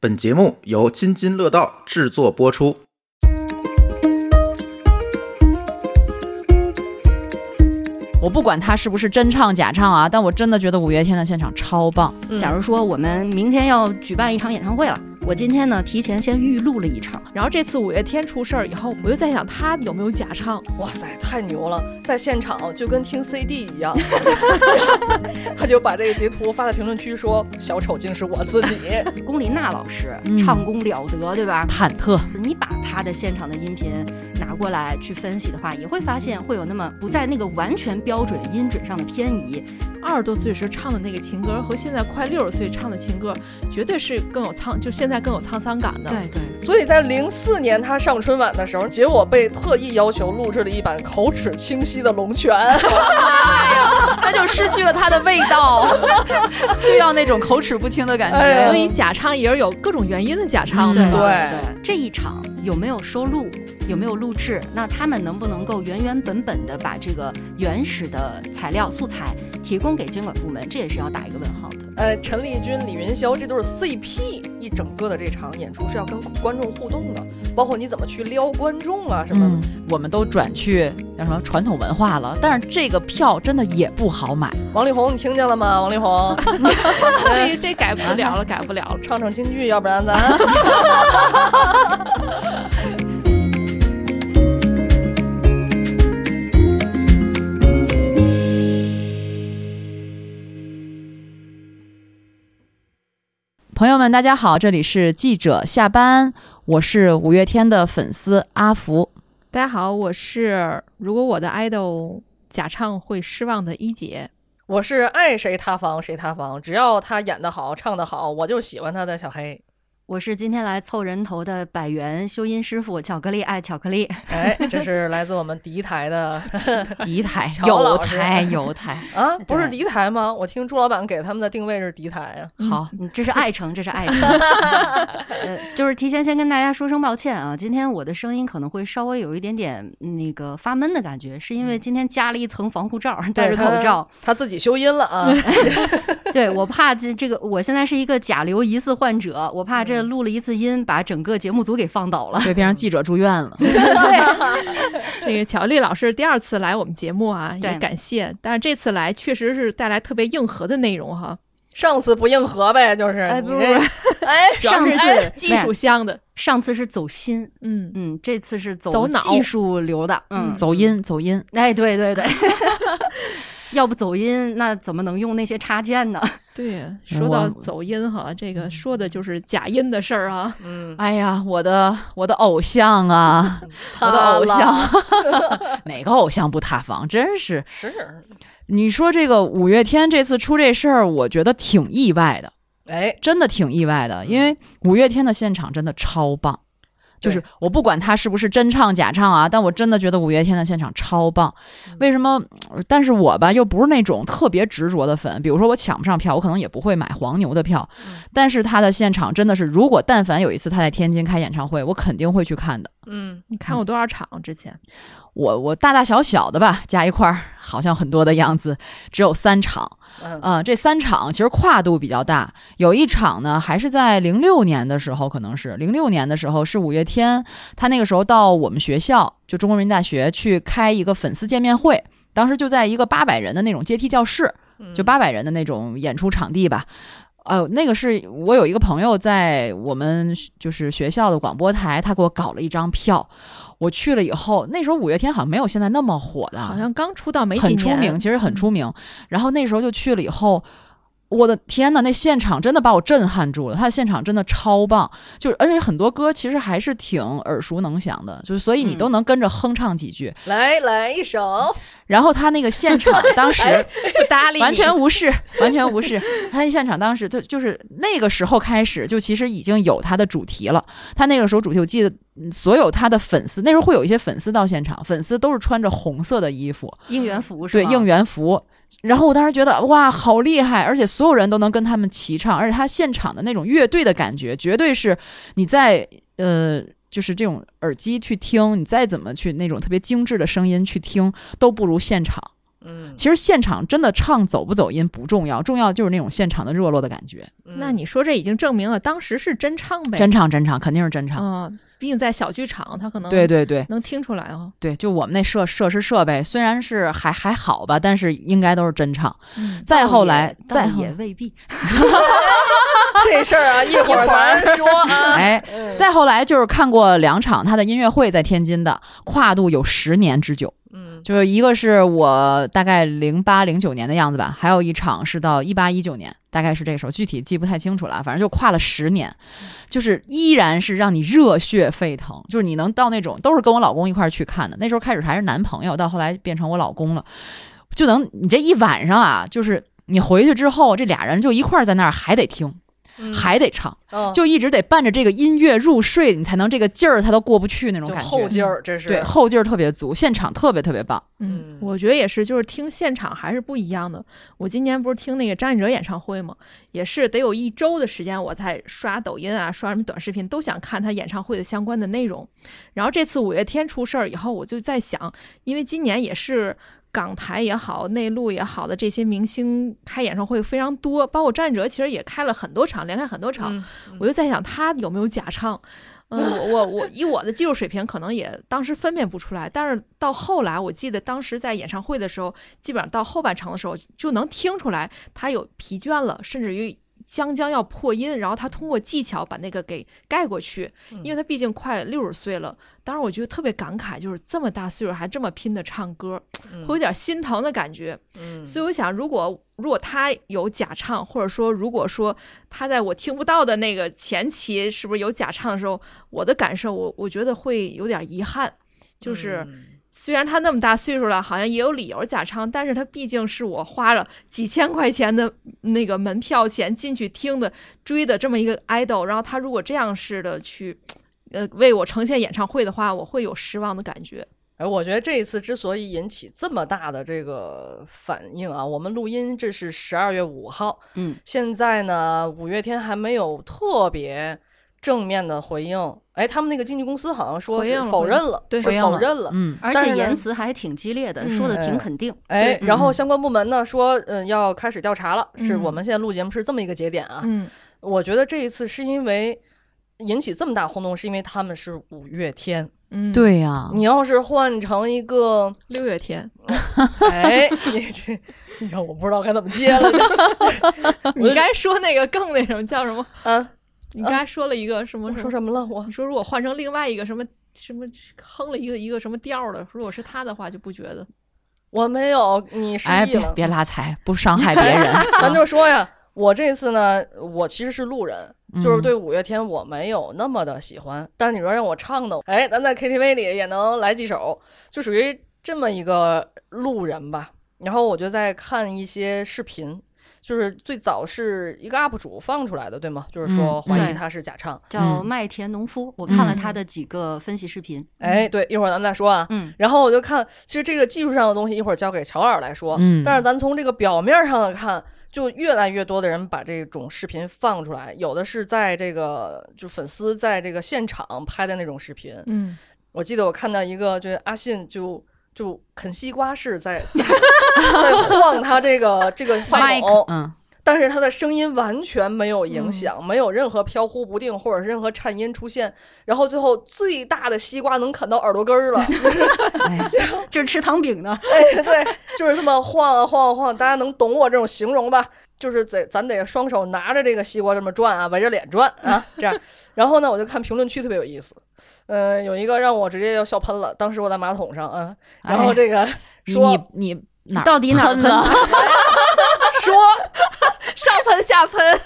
本节目由津津乐道制作播出。我不管他是不是真唱假唱啊，但我真的觉得五月天的现场超棒。嗯假如说我们明天要举办一场演唱会了，我今天呢提前先预录了一场，然后这次五月天出事儿以后，我就在想他有没有假唱，哇塞，太牛了！在现场就跟听 CD 一样，他就把这个截图发在评论区说：“小丑竟是我自己。龚琳娜老师、嗯唱功了得，对吧？忐忑，你把她的现场的音频拿过来去分析的话，也会发现会有那么不在那个完全标准音准上的偏移。二十多岁时唱的那个情歌和现在快六十岁唱的情歌，绝对是更有沧，就现在更有沧桑感的。， 对，”所以在零四年他上春晚的时候，结果被特意要求录制了一版口齿清晰的《龙泉》。那就失去了它的味道， 就要那种口齿不清的感觉。哎呀所以假唱也是有各种原因的假唱的。嗯对这一场有没有收录，有没有录制？那他们能不能够原原本本的把这个原始的材料素材提供给监管部门？这也是要打一个问号的。呃，陈丽君、李云霄这对儿 CP 一整个的这场演出是要跟观众互动的，包括你怎么去撩观众啊什么的。嗯，我们都转去叫什么传统文化了，但是这个票真的也不好买。王力宏，你听见了吗？王力宏， 这这改不了了，改不了了。唱唱京剧，要不然咱朋友们，大家好，这里是记者下班，我是五月天的粉丝阿福。大家好，我是如果我的 idol 假唱会失望的一姐。我是爱谁塌房谁塌房，只要他演得好，唱得好，我就喜欢他的小黑。我是今天来凑人头的百元修音师傅，巧克力爱巧克力。哎，这是来自我们敌台的 第一 台乔有老师台有台，啊，不是对敌台吗？我听朱老板给他们的定位是敌台啊。好，嗯，这是爱城，这是 爱城。呃，就是提前先跟大家说声抱歉啊，今天我的声音可能会稍微有一点点嗯那个发闷的感觉，是因嗯为今天加了一层防护罩，戴着对他口 罩。他自己修音了啊。 对我怕这这个，我现在是一个甲流疑似患者，我怕嗯这录了一次音，把整个节目组给放倒了。对，变成记者住院 了。 这个巧克力老师第二次来我们节目啊，也对感谢。但是这次来确实是带来特别硬核的内容哈，上次不硬核呗，就是哎你不是这不哎， 主要上是次哎技术香的，上次是走心，嗯。嗯，这次是走走脑技术流的，嗯，走音，走音。哎，对对 对，要不走音，那怎么能用那些插件呢？ 对，说到走音哈，这嗯个说的就是假音的事儿啊。嗯，哎呀，我的我的偶像啊，我他的偶了像， 哪个偶像不塌房？真是，是你说这个五月天这次出这事儿，我觉得挺意外的，哎，真的挺意外的，因为五月天的现场真的超棒。就是我不管他是不是真唱假唱啊，但我真的觉得五月天的现场超棒。为什么？呃但是我吧又不是那种特别执着的粉，比如说我抢不上票，我可能也不会买黄牛的票。但是他的现场真的是，如果但凡有一次他在天津开演唱会，我肯定会去看的。嗯，你看过多少场之前？我我大大小小的吧，加一块儿好像很多的样子，只有三场。嗯呃，这三场其实跨度比较大，有一场呢还是在零六年的时候，可能是零六年的时候是五月天，他那个时候到我们学校，就中国人民大学去开一个粉丝见面会，当时就在一个八百人的那种阶梯教室，啊嗯就嗯八百人的那种演出场地吧。呃，那个是我有一个朋友在我们学就是学校的广播台，他给我搞了一张票，我去了以后，那时候五月天好像没有现在那么火了，好像刚出道没几啊很出年，嗯名，其实很出名。然后那时候就去了以后，我的天呐，那现场真的把我震撼住了，他的现场真的超棒，就是而且很多歌其实还是挺耳熟能详的，就是所以你嗯都能跟着哼唱几句。来来一首，然后他那个现 场当时不搭理你完全无视，完全无视。他那现场当时就就是那个时候开始，就其实已经有他的主题了。他那个时候主题，我记得嗯所有他的粉丝，那时候会有一些粉丝到现场，粉丝都是穿着红色的衣服，应援服务是对吧？应援服。然后我当时觉得哇，好厉害！而且所有人都能跟他们齐唱，而且他现场的那种乐队的感觉，绝对是你在呃，就是这种耳机去听，你再怎么去那种特别精致的声音去听，都不如现场。嗯，其实现场真的唱走不走音不重要，重要就是那种现场的热络的感觉。嗯那你说这已经证明了当时是真唱呗？真唱真唱肯定是真唱。啊，毕竟在小剧场，他可能对对对能听出来啊。对，就我们那设设施设备虽然是还还好吧，但是应该都是真唱。嗯再后来，倒再后也未必。这事儿啊，一会儿咱说 啊。 哎，嗯再后来就是看过两场他的音乐会，在天津的，跨度有十年之久。嗯就是一个是我大概零八零九年的样子吧，还有一场是到一八一九年，大概是这时候，具体记不太清楚了，反正就跨了十年，就是依然是让你热血沸腾，就是你能到那种都是跟我老公一块儿去看的，那时候开始还是男朋友，到后来变成我老公了，就能你这一晚上啊，就是你回去之后，这俩人就一块儿在那儿还得听，嗯还得唱，嗯就一直得伴着这个音乐入睡，你才能这个劲儿他都过不去那种就感后觉。劲儿，这是对，后劲儿特别足，现场特别特别棒。嗯嗯，我觉得也是，就是听现场还是不一样的。我今年不是听那个张信哲演唱会吗？也是得有一周的时间，我在刷抖音啊，刷什么短视频，都想看他演唱会的相关的内容。然后这次五月天出事儿以后，我就在想，因为今年也是。港台也好，内陆也好的这些明星开演唱会非常多，包括张信哲其实也开了很多场，连开很多场。嗯我就在想他有没有假唱。嗯，我我我以我的技术水平，可能也当时分辨不出来，但是到后来，我记得当时在演唱会的时候，基本上到后半场的时候就能听出来他有疲倦了，甚至于将将要破音，然后他通过技巧把那个给盖过去，嗯因为他毕竟快六十岁了。当时我觉得特别感慨，就是这么大岁数还这么拼的唱歌，嗯会有点心疼的感觉。嗯所以我想，如果如果他有假唱，或者说如果说他在我听不到的那个前期是不是有假唱的时候，我的感受我我觉得会有点遗憾，就是嗯虽然他那么大岁数了，好像也有理由假唱，但是他毕竟是我花了几千块钱的那个门票钱进去听的追的这么一个 idol，然后他如果这样似的去。呃，为我呈现演唱会的话，我会有失望的感觉。哎，我觉得这一次之所以引起这么大的这个反应啊，我们录音这是十二月五号，嗯，现在呢，五月天还没有特别正面的回应。哎，他们那个经纪公司好像说回是应了否回认了，对是回应否了认了。嗯，而但是且呢言辞还挺激烈的，嗯说的挺哎肯定。哎，然后嗯相关部门呢说，嗯，要开始调查了。是嗯我们现在录节目是这么一个节点啊。嗯，我觉得这一次是因为引起这么大轰动，是因为他们是五月天。嗯，，对呀、你要是换成一个，六月天， 哎，你这，你看我不知道该怎么接了。你该说那个更那什么叫什么？嗯啊，你刚才嗯说了一个什么我什说么？什么了？我你说如果换成另外一个什么什么哼了一个一个什么调儿的，如果是他的话就不觉得。我没有，你失哎，忆别了。别拉踩，不伤害别人。咱就说呀，我这次呢，我其实是路人，嗯 就是对五月天我没有那么的喜欢。但你说让我唱的，哎，咱在 KTV 里也能来几首，就属于这么一个路人吧。然后我就在看一些视频，就是最早是一个 UP 主放出来的，对吗？就是说嗯怀疑对他是假唱。叫嗯麦田农夫，我看了嗯他的几个分析视频。哎，对，一会儿咱们再说啊。嗯，然后我就看，其实这个技术上的东西一会儿交给乔尔来说。嗯但是咱从这个表面上的看，就越来越多的人把这种视频放出来，有的是在这个就粉丝在这个现场拍的那种视频。嗯，我记得我看到一个，就是阿信就就啃西瓜式在 在晃他这个这个话麦筒，嗯，但是他的声音完全没有影响，没有任何飘忽不定或者任何颤音出现。然后最后最大的西瓜能啃到耳朵根儿 了，哎，这是吃糖饼呢。 哎，对，就是这么晃啊晃啊晃，大家能懂我这种形容吧？就是得咱得双手拿着这个西瓜这么转啊，围着脸转啊，这样。然后呢，我就看评论区特别有意思，嗯、有一个让我直接要笑喷了，当时我在马桶上啊，然后这个你说、你你哪儿到底哪儿喷了？ 说 上喷下喷，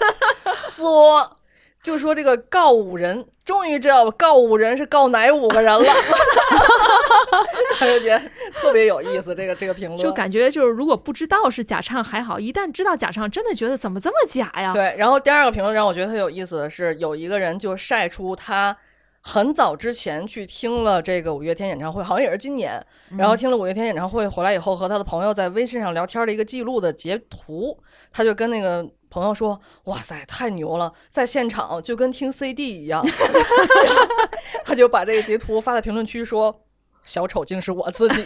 说，就说这个告五人，终于知道告五人是告哪五个人了， 他就觉得特别有意思，这个这个评论就感觉就是如果不知道是假唱还好，一旦知道假唱，真的觉得怎么这么假呀？，对，然后第二个评论让我觉得特有意思的是，有一个人就晒出他很早之前去听了这个五月天演唱会，好像也是今年，然后听了五月天演唱会回来以后，和他的朋友在微信上聊天的一个记录的截图，他就跟那个。朋友说：“哇塞，太牛了，在现场 就跟听 CD 一样。”他就把这个截图发在评论区说：“小丑竟是我自己。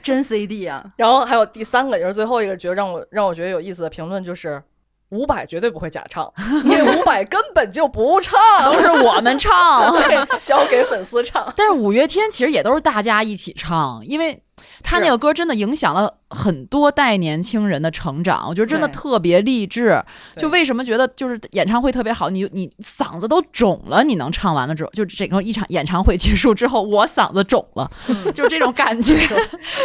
真 CD 啊，然后还有第三个，也是最后一个，觉得让我让我觉得有意思的评论就是。伍佰绝对不会假唱， 因为伍佰根本就不唱，都是我们唱。对，交给粉丝唱。 但是五月天其实也都是大家一起唱，因为他是那个歌真的影响了很多代年轻人的成长，我觉得真的对特别励志。对就为什么觉得就是演唱会特别好，你你嗓子都肿了，你能唱完了之后，就整个一场演唱会结束之后，我嗓子肿了，嗯就是这种感觉。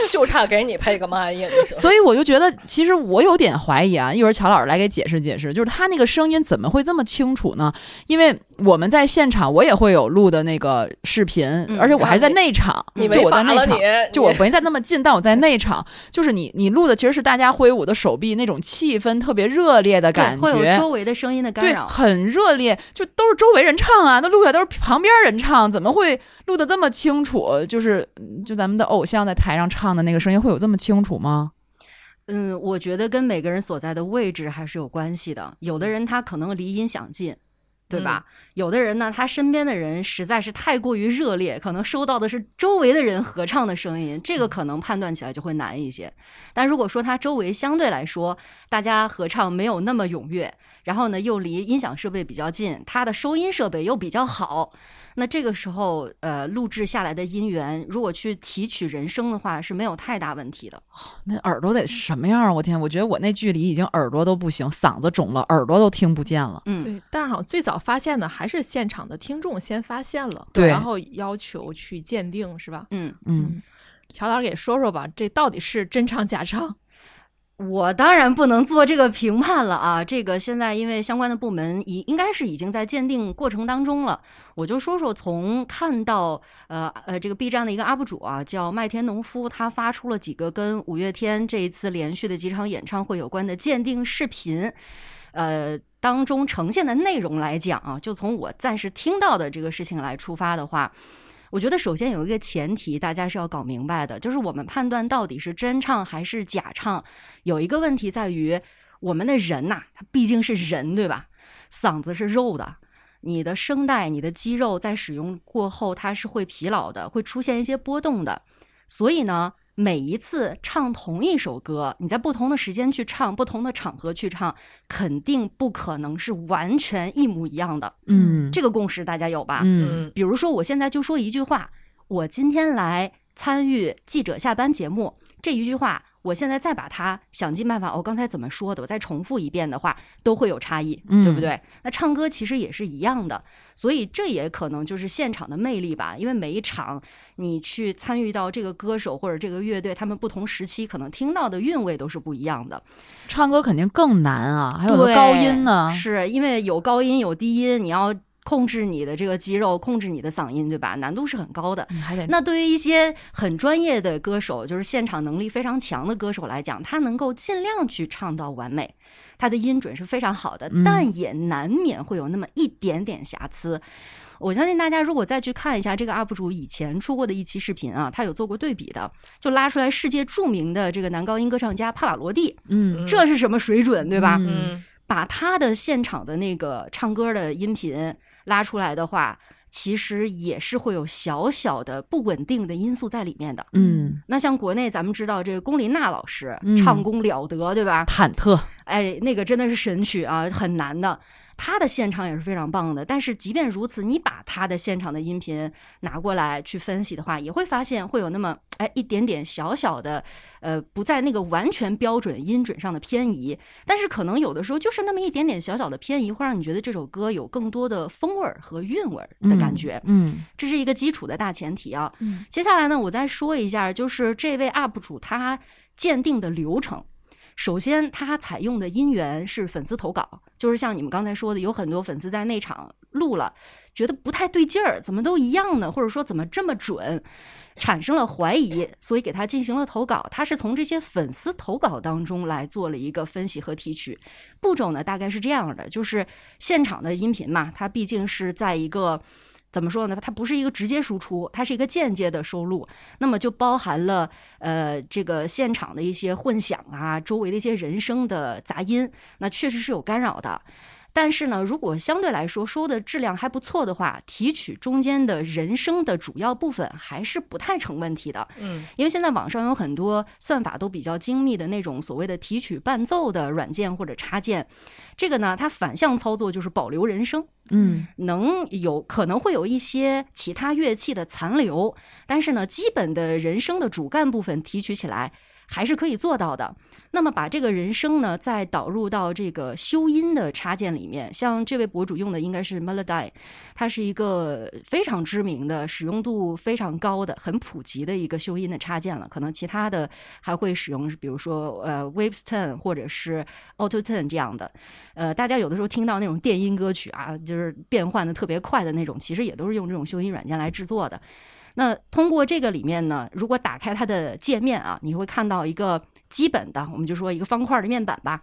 就差给你配个妈耶！ 你说所以我就觉得，其实我有点怀疑啊。一会儿乔老师来给解释解释，就是他那个声音怎么会这么清楚呢？因为我们在现场，我也会有录的那个视频，嗯而且我还是在然后内场，嗯你就违我在法内了场你，，就我没在那么近，但我在内场，就是你你录的其实是大家挥舞的手臂那种气氛特别热烈的对，感会有觉。周围的声音的干对，扰。很热烈，就都是周围人唱啊，那录下来都是旁边人唱，怎么会录的这么清楚？就是嗯就咱们的偶像在台上唱的那个声音会有这么清楚吗？嗯，我觉得跟每个人所在的位置还是有关系的。有的人他可能离音响近，对吧？有的人呢，他身边的人实在是太过于热烈，可能收到的是周围的人合唱的声音，这个可能判断起来就会难一些。但如果说他周围相对来说大家合唱没有那么踊跃，然后呢又离音响设备比较近，他的收音设备又比较好。那这个时候，呃，录制下来的音源，如果去提取人声的话，是没有太大问题的。那耳朵嗯得什么样啊？我天，我觉得我那距离已经耳朵都不行，嗓子肿了，耳朵都听不见了。嗯，对，但是好像最早发现的还是现场的听众先发现了，对然后要求去鉴定，是吧？嗯，嗯，乔老师给说说吧，这到底是真唱假唱？我当然不能做这个评判了啊！这个现在因为相关的部门已应该是已经在鉴定过程当中了。我就说说从看到呃呃这个 B 站的一个 UP 主啊，叫麦田农夫，他发出了几个跟五月天这一次连续的几场演唱会有关的鉴定视频，呃当中呈现的内容来讲啊，就从我暂时听到的这个事情来出发的话，我觉得首先有一个前提，大家是要搞明白的，就是我们判断到底是真唱还是假唱，有一个问题在于我们的人呐、他毕竟是人，对吧？嗓子是肉的，你的声带、你的肌肉在使用过后，它是会疲劳的，会出现一些波动的。所以呢，每一次唱同一首歌，你在不同的时间去唱，不同的场合去唱，肯定不可能是完全一模一样啊的。嗯，这个共识大家有吧？嗯嗯，比如说，我现在就说一句话，我今天来参与记者下班节目这一句话，我现在再把它想尽办法，我、刚才怎么说的，我再重复一遍的话，都会有差异，嗯对不对？那唱歌其实也是一样的，所以这也可能就是现场的魅力吧，因为每一场你去参与到这个歌手或者这个乐队，他们不同时期可能听到的韵味都是不一样的。唱歌肯定更难啊，还有个对高音啊呢。是因为有高音有低音，你要控制你的这个肌肉，控制你的嗓音，对吧？难度是很高的。嗯还得那对于一些很专业的歌手，就是现场能力非常强的歌手来讲，他能够尽量去唱到完美，他的音准是非常好的，嗯但也难免会有那么一点点瑕疵。我相信大家如果再去看一下这个 UP 主以前出过的一期视频啊，他有做过对比的，就拉出来世界著名的这个男高音歌唱家帕瓦罗蒂，嗯，这是什么水准，对吧？嗯嗯，把他的现场的那个唱歌的音频拉出来的话，其实也是会有小小的不稳定的因素在里面的。嗯，那像国内咱们知道这个龚琳娜老师、嗯唱功了得，对吧？忐忑。哎，那个真的是神曲啊，很难的。她的现场也是非常棒的，但是即便如此，你把她的现场的音频拿过来去分析的话，也会发现会有那么哎一点点小小的，呃，不在那个完全标准音准上的偏移。但是可能有的时候就是那么一点点小小的偏移，会让你觉得这首歌有更多的风味儿和韵味儿的感觉。嗯，这是一个基础的大前提啊。嗯，接下来呢，我再说一下，就是这位 UP 主他鉴定的流程。首先，他采用的音源是粉丝投稿，就是像你们刚才说的，有很多粉丝在内场录了，觉得不太对劲儿，怎么都一样呢？或者说怎么这么准，产生了怀疑，所以给他进行了投稿。他是从这些粉丝投稿当中来做了一个分析和提取。步骤呢，大概是这样的：就是现场的音频嘛，它毕竟是在一个怎么说呢？它不是一个直接输出，它是一个间接的收录，那么就包含了呃这个现场的一些混响啊，周围的一些人声的杂音，那确实是有干扰的。但是呢，如果相对来说收的质量还不错的话，提取中间的人声的主要部分还是不太成问题的。嗯因为现在网上有很多算法都比较精密的那种所谓的提取伴奏的软件或者插件，这个呢，它反向操作就是保留人声，嗯能有可能会有一些其他乐器的残留，但是呢，基本的人声的主干部分提取起来还是可以做到的。那么把这个人声呢，再导入到这个修音的插件里面，像这位博主用的应该是 Melody，它是一个非常知名的、使用度非常高的、很普及的一个修音的插件了。可能其他的还会使用，比如说呃 Wavestone 或者是 Auto-Tune 这哦样的。呃，大家有的时候听到那种电音歌曲啊，就是变换的特别快的那种，其实也都是用这种修音软件来制作的。那通过这个里面呢，如果打开它的界面啊，你会看到一个基本的，我们就说一个方块的面板吧。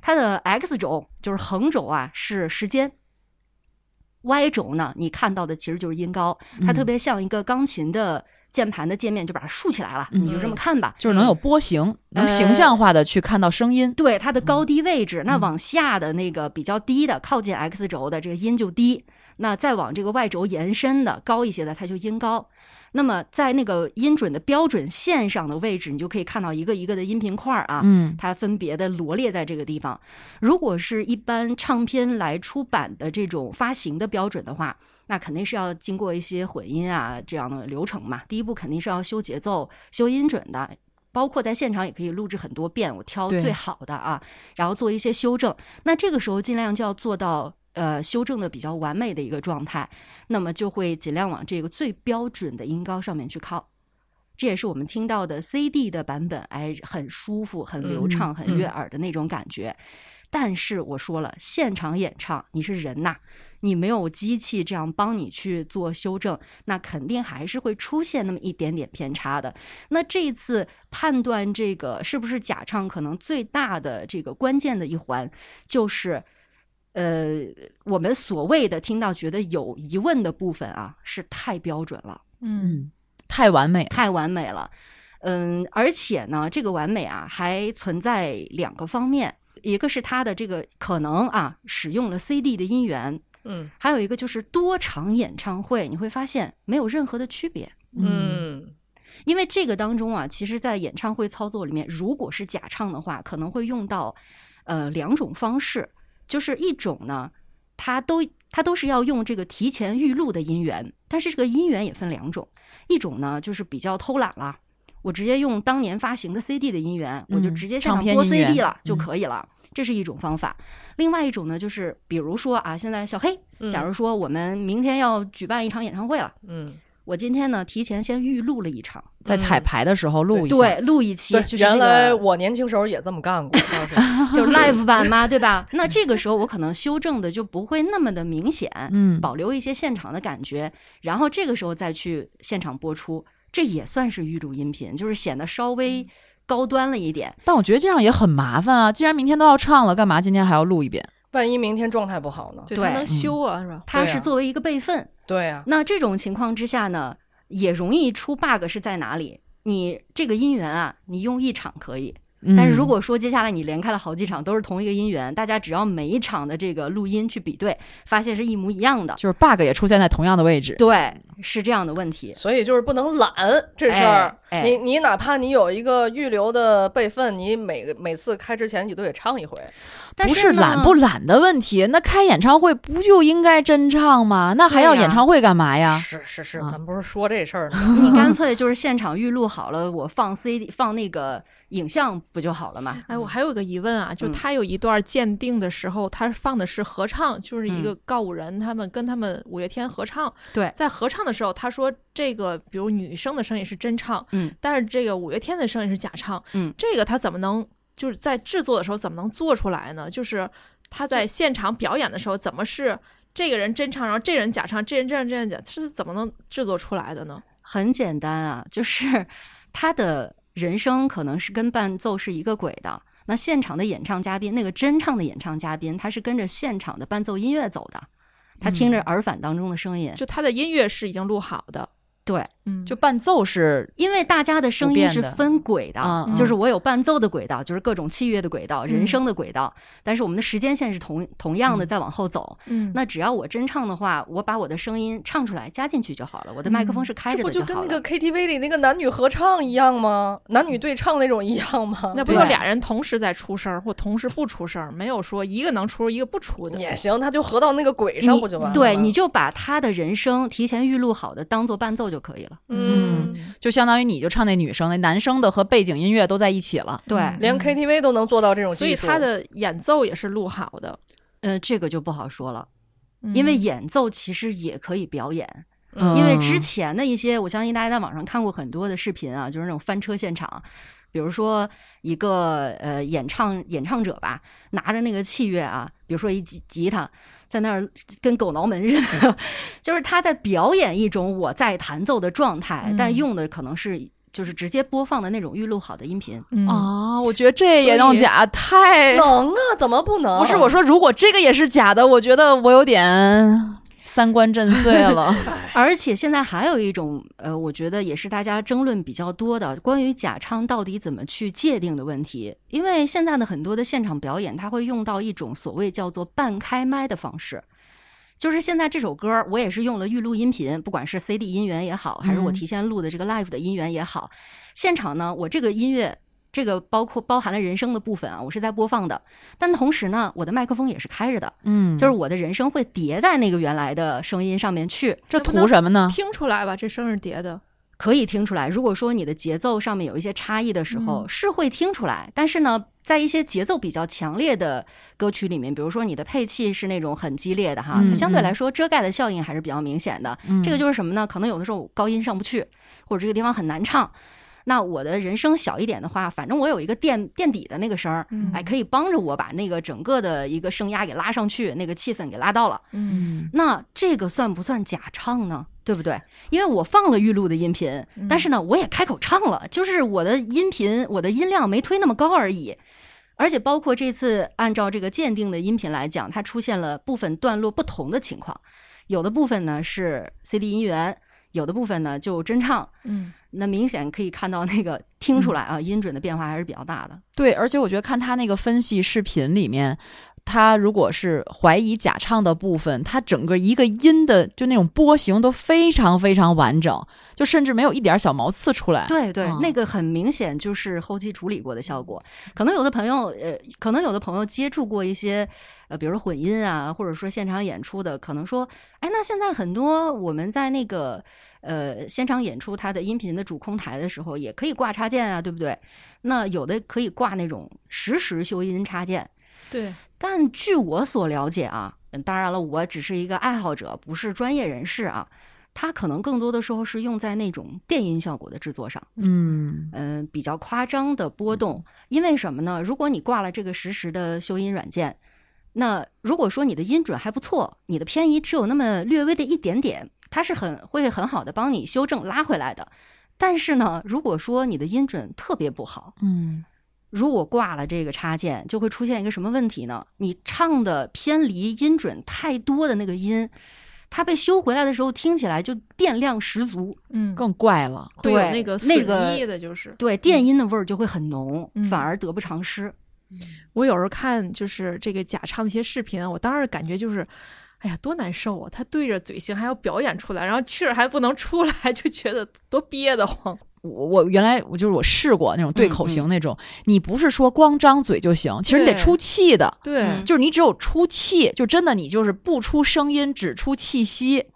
它的 x 轴就是横轴啊，是时间；y 轴呢，你看到的其实就是音高。它嗯特别像一个钢琴的键盘的界面，就把它竖起来了，你就这么看吧。就是能有波形，能呃形象化的去看到声音。对它的高低位置，那往下的那个比较低的，靠近 x 轴的这个音就低，那再往这个 y 轴延伸的高一些的，它就音高。那么在那个音准的标准线上的位置，你就可以看到一个一个的音频块儿啊，嗯它分别的罗列在这个地方。如果是一般唱片来出版的这种发行的标准的话，那肯定是要经过一些混音啊这样的流程嘛。第一步肯定是要修节奏、修音准的，包括在现场也可以录制很多遍，我挑对最好的啊，然后做一些修正。那这个时候尽量就要做到。呃，修正的比较完美的一个状态，那么就会尽量往这个最标准的音高上面去靠。这也是我们听到的 CD 的版本，哎，很舒服、很流畅、嗯很悦耳的那种感觉。但是我说了，现场演唱你是人呐，你没有机器这样帮你去做修正，那肯定还是会出现那么一点点偏差的。那这一次判断这个是不是假唱，可能最大的这个关键的一环就是。呃，我们所谓的听到觉得有疑问的部分啊，是太标准了。嗯嗯，太完美了。太完美了。嗯，而且呢，这个完美啊，还存在两个方面，一个是它的这个可能啊，使用了 CD 的音源，嗯还有一个就是多场演唱会，你会发现没有任何的区别。嗯因为这个当中啊，其实，在演唱会操作里面，如果是假唱的话，可能会用到呃两种方式，就是一种呢，它都它都是要用这个提前预录的音源，但是这个音源也分两种，一种呢就是比较偷懒了，我直接用当年发行的 CD 的音源，我就嗯直接唱上片播音源 CD 了嗯就可以了。这是一种方法，另外一种呢，就是比如说啊，现在小黑，嗯假如说我们明天要举办一场演唱会了，嗯，我今天呢提前先预录了一场，在彩排的时候录一下，对，录一期对，就是原这来个我年轻时候也这么干过，倒是 就是 live 版嘛，对吧？那这个时候我可能修正的就不会那么的明显，嗯，保留一些现场的感觉，然后这个时候再去现场播出，这也算是预录音频，就是显得稍微高端了一点。但我觉得这样也很麻烦啊。既然明天都要唱了，干嘛今天还要录一遍？万一明天状态不好呢？对，对它能修啊，是吧？它对是啊作为一个备份，对呀，那这种情况之下呢，也容易出 bug 是在哪里？你这个音源啊，你用一场可以，嗯嗯但是如果说接下来你连开了好几场都是同一个音源，大家只要每一场的这个录音去比对，发现是一模一样的嗯，就是 bug 也出现在同样的位置，对，是这样的问题。所以就是不能懒这事儿。哎哎你你哪怕你有一个预留的备份，你每个每次开之前你都得唱一回。但不是呢懒不懒的问题。那开演唱会不就应该真唱吗？那还要对呀演唱会干嘛呀？是是是，啊咱不是说这事儿呢。你干脆就是现场预录好了，我放 CD 放那个影像不就好了嘛？哎，我还有个疑问啊，就嗯他有一段鉴定的时候，他放的是合唱，就是一个嗯告五人他们跟他们五月天合唱。对在合唱的时候，他说这个比如女生的声音是真唱，嗯，但是这个五月天的声音是假唱，嗯，这个他怎么能就是在制作的时候怎么能做出来呢？就是他在现场表演的时候，怎么是这个人真唱，然后这人假唱，这人这样这样假，这是怎么能制作出来的呢？很简单啊，就是他的人声可能是跟伴奏是一个轨的。那现场的演唱嘉宾，那个真唱的演唱嘉宾，他是跟着现场嗯的伴奏音乐走的，他听着耳返当中的声音，就他的音乐是已经录好的，哎对，嗯，就伴奏是因为大家的声音是不变的分轨的，嗯就是我有伴奏的轨道，就是各种器乐的轨道、嗯人声的轨道，但是我们的时间线是同同样的嗯在往后走。嗯，那只要我真唱的话，我把我的声音唱出来加进去就好了，我的麦克风是开嗯这着不的就跟好那了。个 KTV 里那个男女合唱一样吗？男女对唱那种一样吗？那不对就俩人同时在出声儿，或同时不出声儿，没有说一个能出一个不出的。也行，他就合到那个轨上不就完了吗？对，你就把他的人声提前预录好的当做伴奏就可以了。嗯，就相当于你就唱那女生，那男生的和背景音乐都在一起了。对，嗯连 KTV 都能做到这种技术，所以他的演奏也是录好的，呃，这个就不好说了，因为嗯演奏其实也可以表演，嗯因为之前的一些，我相信大家在网上看过很多的视频啊，就是那种翻车现场。比如说一个呃演唱演唱者吧，拿着那个器乐啊，比如说一吉吉他，在那儿跟狗挠门似的， 就是他在表演一种我在弹奏的状态，但嗯用的可能是就是直接播放的那种预录好的音频。嗯哦啊，我觉得这也所以弄假，太能啊，怎么不能？不是我，说，如果这个也是假的，我觉得我有点三观震碎 了。而且现在还有一种，呃，我觉得也是大家争论比较多的，关于假唱到底怎么去界定的问题。因为现在的很多的现场表演，它会用到一种所谓叫做半开麦的方式，就是现在这首歌儿我也是用了预录音频，不管是 CD 音源也好，还是我嗯提前录的这个 live 的音源也好，现场呢，我这个音乐。这个包括包含了人声的部分啊，我是在播放的，但同时呢，我的麦克风也是开着的，嗯，就是我的人声会叠在那个原来的声音上面去。这图什么呢？听出来吧，这声是叠的，可以听出来。如果说你的节奏上面有一些差异的时候，嗯是会听出来。但是呢，在一些节奏比较强烈的歌曲里面，比如说你的配器是那种很激烈的哈，嗯就相对来说遮盖的效应还是比较明显的。嗯这个就是什么呢？可能有的时候高音上不去，或者这个地方很难唱。那我的人声小一点的话，反正我有一个垫垫底的那个声儿，嗯哎，可以帮着我把那个整个的一个声压给拉上去，那个气氛给拉到了。嗯嗯那这个算不算假唱呢？对不对？因为我放了预录的音频，但是呢，我也开口唱了，就是我的音频，我的音量没推那么高而已。而且包括这次按照这个鉴定的音频来讲，它出现了部分段落不同的情况，有的部分呢是 CD 音源，有的部分呢就真唱。嗯那明显可以看到那个听出来啊，音准的变化还是比较大的。对，而且我觉得看他那个分析视频里面，他如果是怀疑假唱的部分，他整个一个音的就那种波形都非常非常完整，就甚至没有一点小毛刺出来。对对，嗯那个很明显就是后期处理过的效果。可能有的朋友，呃，可能有的朋友接触过一些，呃，比如说混音啊，或者说现场演出的，可能说，哎，那现在很多我们在那个呃现场演出它的音频的主控台的时候，也可以挂插件啊，对不对？那有的可以挂那种实时修音插件，对，但据我所了解啊，嗯当然了，我只是一个爱好者，不是专业人士啊。它可能更多的时候是用在那种电音效果的制作上。嗯嗯、比较夸张的波动。因为什么呢？如果你挂了这个实时的修音软件，那如果说你的音准还不错，你的偏移只有那么略微的一点点，它是很会很好的帮你修正拉回来的。但是呢，如果说你的音准特别不好，嗯如果挂了这个插件，就会出现一个什么问题呢？你唱的偏离音准太多的那个音，它被修回来的时候听起来就电量十足，嗯，更怪了。会有对那个那个损益的，就是对电音的味儿就会很浓，嗯反而得不偿失。我有时候看就是这个假唱的一些视频啊，我当时感觉就是，哎呀，多难受啊！他对着嘴型还要表演出来，然后气儿还不能出来，就觉得多憋得慌。我我原来我就是我试过那种对口型那种，你不是说光张嘴就行，其实你得对出气的，对嗯就是你只有出气，就真的你就是不出声音，只出气息，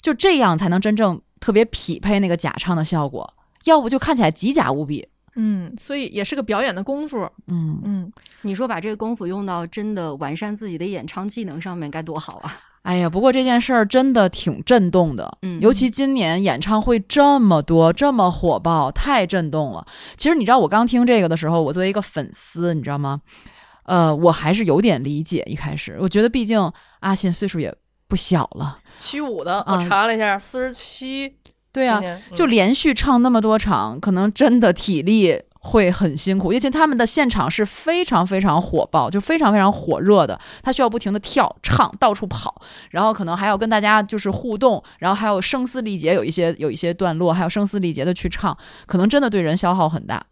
就这样才能真正特别匹配那个假唱的效果，要不就看起来极假无比。嗯，所以也是个表演的功夫。嗯，嗯，你说把这个功夫用到真的完善自己的演唱技能上面，该多好啊！哎呀，不过这件事儿真的挺震动的，嗯尤其今年演唱会这么多，这么火爆，太震动了。其实你知道，我刚听这个的时候，我作为一个粉丝，你知道吗？呃，我还是有点理解。一开始，我觉得毕竟阿信岁数也不小了，七五的，啊我查了一下，四十七。嗯对对啊，呀，就连续唱那么多场，可能真的体力会很辛苦，因为他们的现场是非常非常火爆，就非常非常火热的，他需要不停的跳、唱、到处跑，然后可能还要跟大家就是互动，然后还有声嘶力竭，有一些有一些段落，还有声嘶力竭的去唱，可能真的对人消耗很大。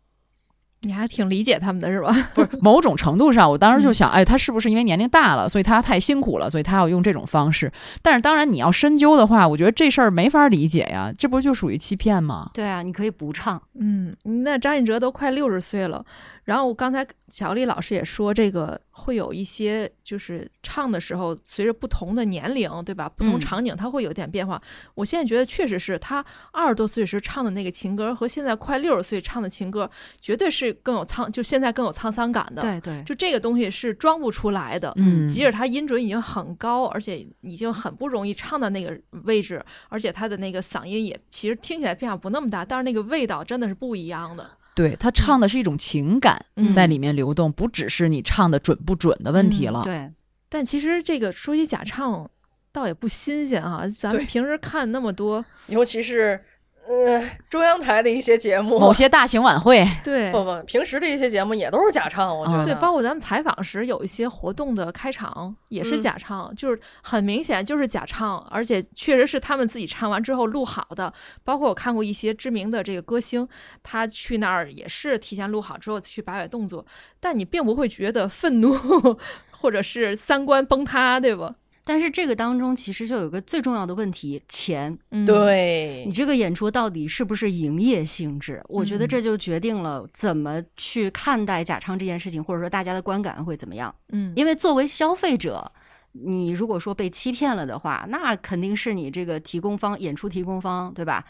你还挺理解他们的是吧？ 某种程度上，我当时就想，哎，他是不是因为年龄大了，所以他太辛苦了，所以他要用这种方式？但是当然，你要深究的话，我觉得这事儿没法理解呀，这不就属于欺骗吗？对啊，你可以不唱，嗯，那张信哲都快六十岁了，然后我刚才小丽老师也说，这个会有一些就是唱的时候，随着不同的年龄，对吧？不同嗯场景，它会有点变化。我现在觉得确实是他二十多岁时唱的那个情歌，和现在快六十岁唱的情歌，绝对是更有沧，就现在更有沧桑感的。，对对，就这个东西是装不出来的。嗯，即使他音准已经很高，而且已经很不容易唱到那个位置，而且他的那个嗓音也其实听起来变化不那么大，但是那个味道真的是不一样的。对他唱的是一种情感嗯在里面流动，不只是你唱的准不准的问题嗯了。对，但其实这个说起假唱，倒也不新鲜啊。咱们对平时看那么多，尤其是呃中央台的一些节目，某些大型晚会，对不不，平时的一些节目也都是假唱，我觉啊得。对，包括咱们采访时有一些活动的开场也是嗯假唱，就是很明显就是假唱，而且确实是他们自己唱完之后录好的。包括我看过一些知名的这个歌星，他去那儿也是提前录好之后去摆摆动作，但你并不会觉得愤怒 或者是三观崩塌，对吧？但是这个当中其实就有一个最重要的问题，钱。嗯，对你，这个演出到底是不是营业性质？我觉得这就决定了怎么去看待假唱这件事情，或者说大家的观感会怎么样。嗯，因为作为消费者，你如果说被欺骗了的话，那肯定是你这个提供方、演出提供方，对吧？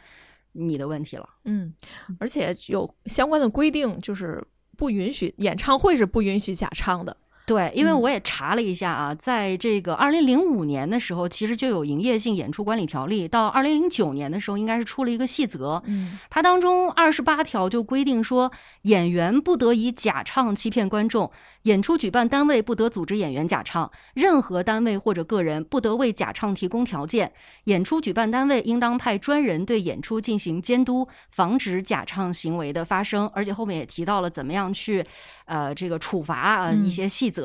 你的问题了。嗯，而且有相关的规定，就是不允许演唱会是不允许假唱的。对，因为嗯我也查了一下啊，在这个二零零五年的时候，其实就有营业性演出管理条例，到二零零九年的时候，应该是出了一个细则，嗯它当中二十八条就规定说，演员不得以假唱欺骗观众，演出举办单位不得组织演员假唱，任何单位或者个人不得为假唱提供条件，演出举办单位应当派专人对演出进行监督，防止假唱行为的发生。而且后面也提到了怎么样去，呃，这个处罚呃嗯一些细则。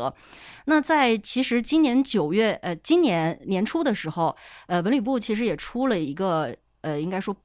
那在其实今年九月，呃，今年年初的时候，呃，文旅部其实也出了一个，呃，应该说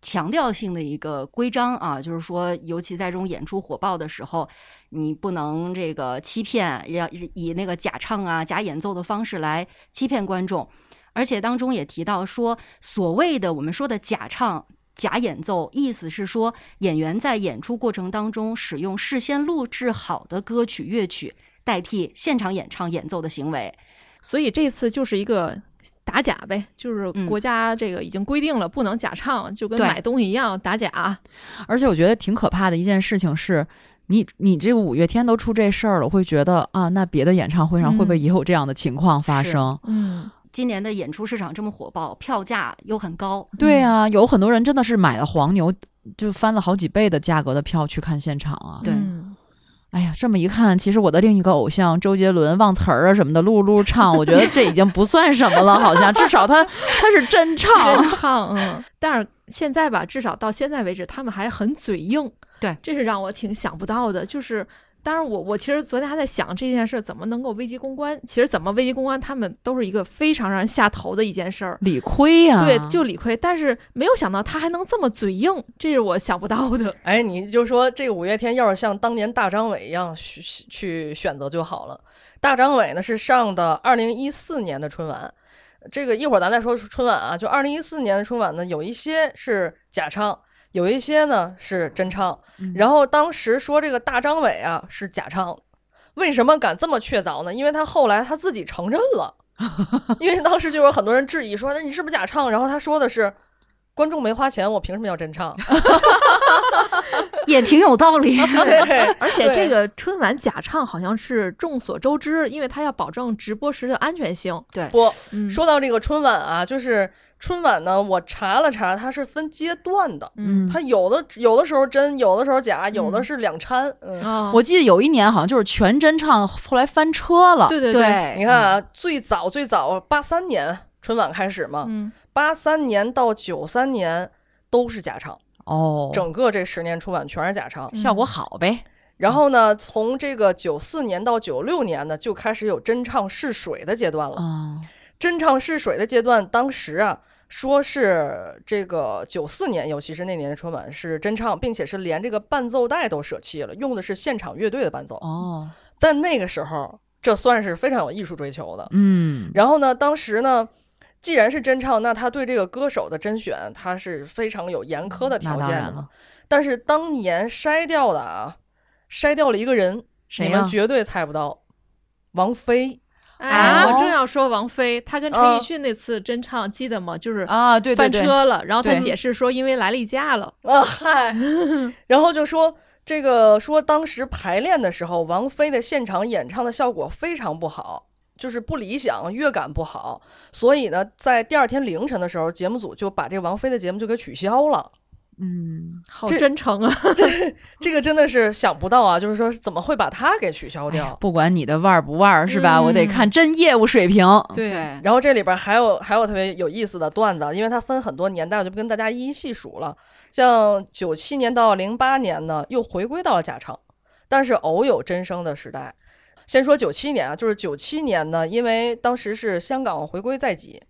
强调性的一个规章啊，就是说，尤其在这种演出火爆的时候，你不能这个欺骗，要以那个假唱啊、假演奏的方式来欺骗观众。而且当中也提到说，所谓的我们说的假唱、假演奏，意思是说演员在演出过程当中使用事先录制好的歌曲、乐曲代替现场演唱演奏的行为。所以这次就是一个打假呗，就是嗯国家这个已经规定了，不能假唱，就跟对买东西一样打假。而且我觉得挺可怕的一件事情是，你你这个五月天都出这事儿了，我会觉得啊，那别的演唱会上会不会也有这样的情况发生？嗯，今年的演出市场这么火爆，票价又很高，对啊，有很多人真的是买了黄牛，就翻了好几倍的价格的票去看现场啊。对嗯哎呀，这么一看，其实我的另一个偶像周杰伦忘词儿啊什么的，噜噜唱，我觉得这已经不算什么了，好像至少他他是真 唱。真唱，嗯。但是现在吧，至少到现在为止，他们还很嘴硬。对，这是让我挺想不到的，就是。当然我我其实昨天还在想这件事儿怎么能够危及公关，其实怎么危及公关，他们都是一个非常让人下头的一件事儿。理亏嗯呀、对，就理亏，但是没有想到他还能这么嘴硬，这是我想不到的。哎，你就说这个五月天要是像当年大张伟一样去去选择就好了。大张伟呢是上的二零一四年的春晚，这个一会儿咱再说春晚啊。就二零一四年的春晚呢，有一些是假唱，有一些呢是真唱。然后当时说这个大张伟啊是假唱，为什么敢这么确凿呢？因为他后来他自己承认了，因为当时就有很多人质疑说那你是不是假唱？然后他说的是。观众没花钱，我凭什么要真唱？ 也挺有道理。对，而且这对个春晚假唱好像是众所周知，因为它要保证直播时的安全性。对，不嗯说到这个春晚啊，就是春晚呢，我查了查，它是分阶段的，嗯，它有的有的时候真，有的时候假，有的是两掺。嗯，啊，我记得有一年好像就是全真唱，后来翻车了。对对你哎对，看啊，最早最早八三年春晚开始嘛，嗯，八三年到九三年都是假唱，哦，嗯整个这十年春晚全是假唱。效果好呗，然后呢，从这个九四年到九六年呢，就开始有真唱试水的阶段了。嗯真唱试水的阶段，当时啊，说是这个九四年，尤其是那年的春晚是真唱，并且是连这个伴奏带都舍弃了，用的是现场乐队的伴奏。哦，但那个时候，这算是非常有艺术追求的。嗯然后呢，当时呢，既然是真唱，那他对这个歌手的甄选，他是非常有严苛的那条当件然的嘛了。但是当年筛掉的啊，筛掉了一个人，谁你呀们绝对猜不到，王菲。哎，哦我正要说王菲，她跟陈嗯奕迅那次真唱，记得吗？就是啊，对对翻对，车了，然后她对解释说因为来例假了，啊嗨， 然后就说这个说当时排练的时候，王菲的现场演唱的效果非常不好，就是不理想，乐感不好，所以呢，在第二天凌晨的时候，节目组就把这王菲的节目就给取消了。嗯，好这真诚啊！这个真的是想不到啊，就是说怎么会把它给取消哎呀掉？不管你的腕儿不腕儿是吧？我得嗯看真业务水平。对 对，然后这里边还有还有特别有意思的段子，因为它分很多年代，我就不跟大家一一细数了。像九七年到零八年呢，又回归到了假唱，但是偶有真声的时代。先说九七年啊，就是九七年呢，因为当时是香港回归在即，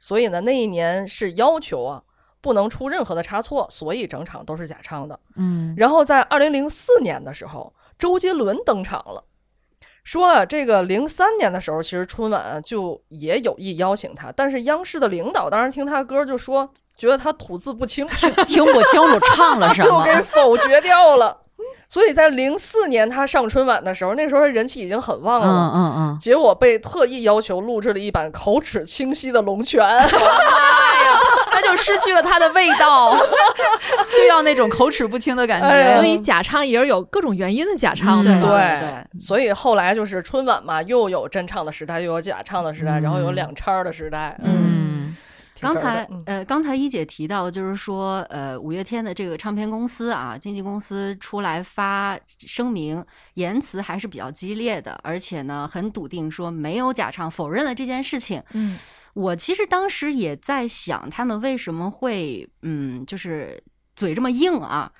所以呢那一年是要求啊不能出任何的差错，所以整场都是假唱的。嗯，然后在二零零四年的时候，周杰伦登场了，说啊，这个零三年的时候，其实春晚啊就也有意邀请他，但是央视的领导当时听他歌就说，觉得他吐字 不清，听不清楚唱了什 就么给否决掉了。所以在零四年他上春晚的时候，那时候人气已经很旺嗯了。嗯嗯，结果被特意要求录制了一版口齿清晰的《龙拳》，那就失去了它的味 道，就要那种口齿不清的感哎呀觉。所以假唱也是有各种原因的假唱哦嗯的，对对，所以后来就是春晚嘛，又有真唱的时代，又有假唱的时代，然后有嗯两叉儿的时代。嗯挺刚哏儿的才嗯呃，刚才一姐提到，就是说呃，五月天的这个唱片公司啊，经纪公司出来发声明，言辞还是比较激烈的，而且呢，很笃定说没有假唱，否认了这件事情。嗯，我其实当时也在想，他们为什么会嗯，就是嘴这么硬啊？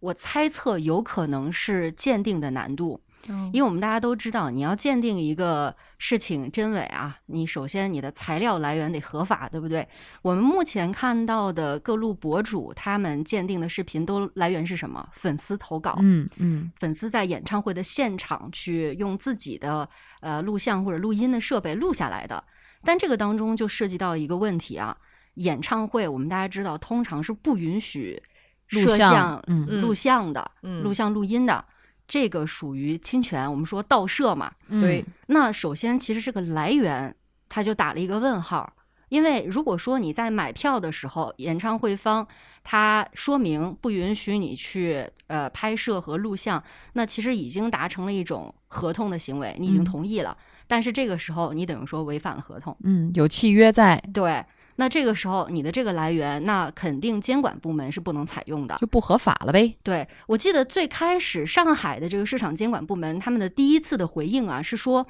我猜测有可能是鉴定的难度，因因为嗯为我们大家都知道，你要鉴定一个事情真伪啊，你首先你的材料来源得合法，对不对？我们目前看到的各路博主他们鉴定的视频都来源是什么？粉丝投稿，嗯嗯粉丝在演唱会的现场去用自己的呃录像或者录音的设备录下来的。但这个当中就涉及到一个问题啊，演唱会我们大家知道通常是不允许录摄像像、嗯录像的、嗯录像录音的，这个属于侵权。我们说盗摄嘛，嗯，对，那首先，其实这个来源他就打了一个问号，因为如果说你在买票的时候，演唱会方他说明不允许你去呃拍摄和录像，那其实已经达成了一种合同的行为，你已经嗯同意了。但是这个时候，你等于说违反了合同。嗯，有契约在对，那这个时候你的这个来源，那肯定监管部门是不能采用的。就不合法了呗。对，我记得最开始上海的这个市场监管部门，他们的第一次的回应啊，是说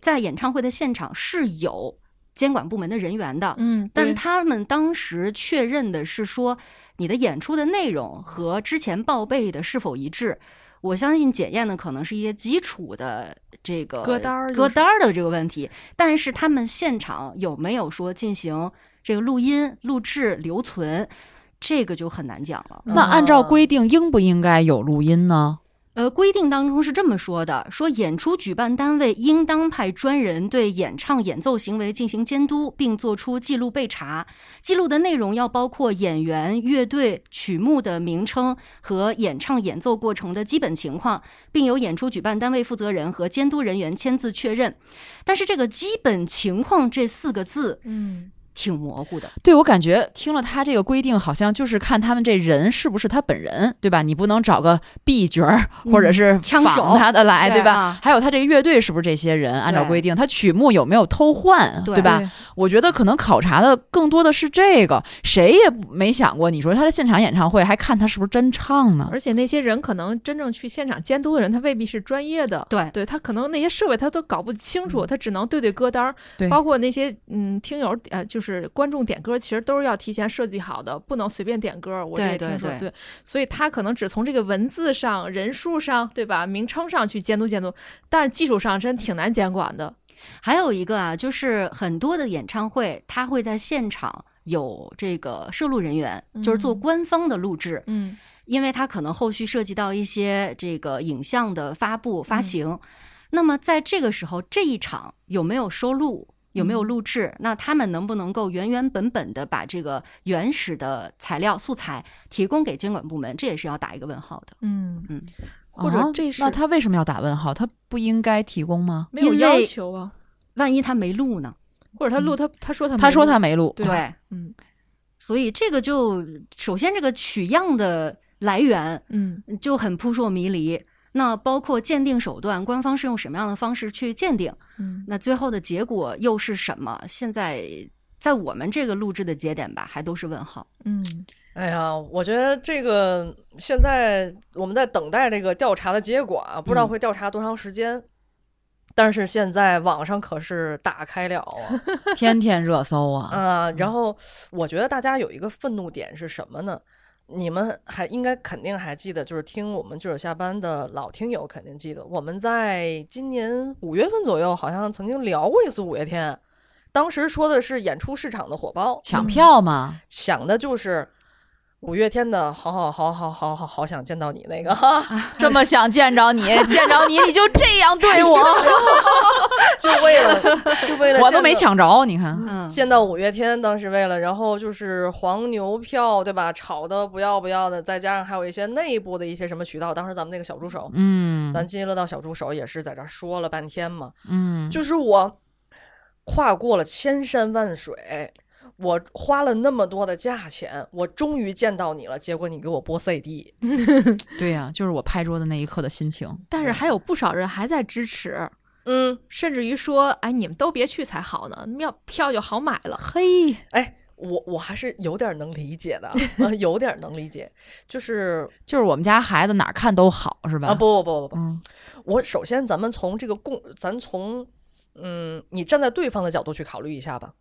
在演唱会的现场是有监管部门的人员的，嗯，但他们当时确认的是说你的演出的内容和之前报备的是否一致。我相信检验的可能是一些基础的这个歌单儿就歌是单儿的这个问题，但是他们现场有没有说进行这个录音、录制、留存，这个就很难讲了。那按照规定，应不应该有录音呢？呃，规定当中是这么说的：说演出举办单位应当派专人对演唱演奏行为进行监督，并作出记录备查。记录的内容要包括演员、乐队、曲目的名称和演唱演奏过程的基本情况，并由演出举办单位负责人和监督人员签字确认。但是这个“基本情况”这四个字嗯，挺模糊的。对我感觉听了他这个规定，好像就是看他们这人是不是他本人，对吧？你不能找个 B 角儿或者是枪手仿他的来，对哎对吧啊？还有他这个乐队是不是这些人？按照对规定，他曲目有没有偷换，对对吧？我觉得可能考察的更多的是这个，谁也没想过，你说他的现场演唱会还看他是不是真唱呢？而且那些人可能真正去现场监督的人，他未必是专业的，对对他可能那些设备他都搞不清楚，他只能对对歌单儿对包括那些嗯听友呃，就就是观众点歌其实都是要提前设计好的，不能随便点歌。我这对也听对说，对所以他可能只从这个文字上、人数上，对吧？名称上去监督监督，但是技术上真挺难监管的。还有一个啊，就是很多的演唱会，它会在现场有这个摄录人员，就是做嗯官方的录制，嗯，因为它可能后续涉及到一些这个影像的发布嗯发行。那么在这个时候，这一场有没有收录？有没有嗯录制？那他们能不能够原原本本的把这个原始的材料素材提供给监管部门？这也是要打一个问号的。嗯，嗯，或者啊这是那他为什么要打问号？他不应该提供吗？没有因要为求啊，万一他没录呢？或者他录他他说他他说他没没录，录对，嗯所以这个就首先这个取样的来源嗯就很扑朔迷离。那包括鉴定手段，官方是用什么样的方式去鉴定？嗯那最后的结果又是什么？现在在我们这个录制的节点吧，还都是问号。嗯哎呀，我觉得这个现在我们在等待这个调查的结果啊，不知道会调查多长时间。但是现在网上可是打开了 啊天天热搜啊。啊！然后我觉得大家有一个愤怒点是什么呢？你们还应该肯定还记得，就是听我们剧友下班的老听友肯定记得，我们在今年五月份左右好像曾经聊过一次五月天，当时说的是演出市场的火爆，抢票嘛，想的就是五月天的“好好好好好好好想见到你” 那个哈，这么想见着你，见着你你就这样对我，就 为了就为了我都没见抢到着。你看，嗯，见到五月天，当时为了，然后就是黄牛票对吧，炒的不要不要的，再加上还有一些内部的一些什么渠道，当时咱们那个小助手，嗯咱津津乐道小助手也是在这儿说了半天嘛，嗯，就是我跨过了千山万水。我花了那么多的价钱，我终于见到你了，结果你给我播 CD，嗯对呀、就是我拍桌子那一刻的心情。但是还有不少人还在支持，嗯，甚至于说，哎，你们都别去才好呢，票票就好买了。嘿，哎，我我还是有点儿能理解 的，呃有点儿能理解，就是就是我们家孩子哪儿看都好，是吧？啊，，不不不不嗯不，我首先咱们从这个共，咱从嗯，你站在对方的角度去考虑一下吧。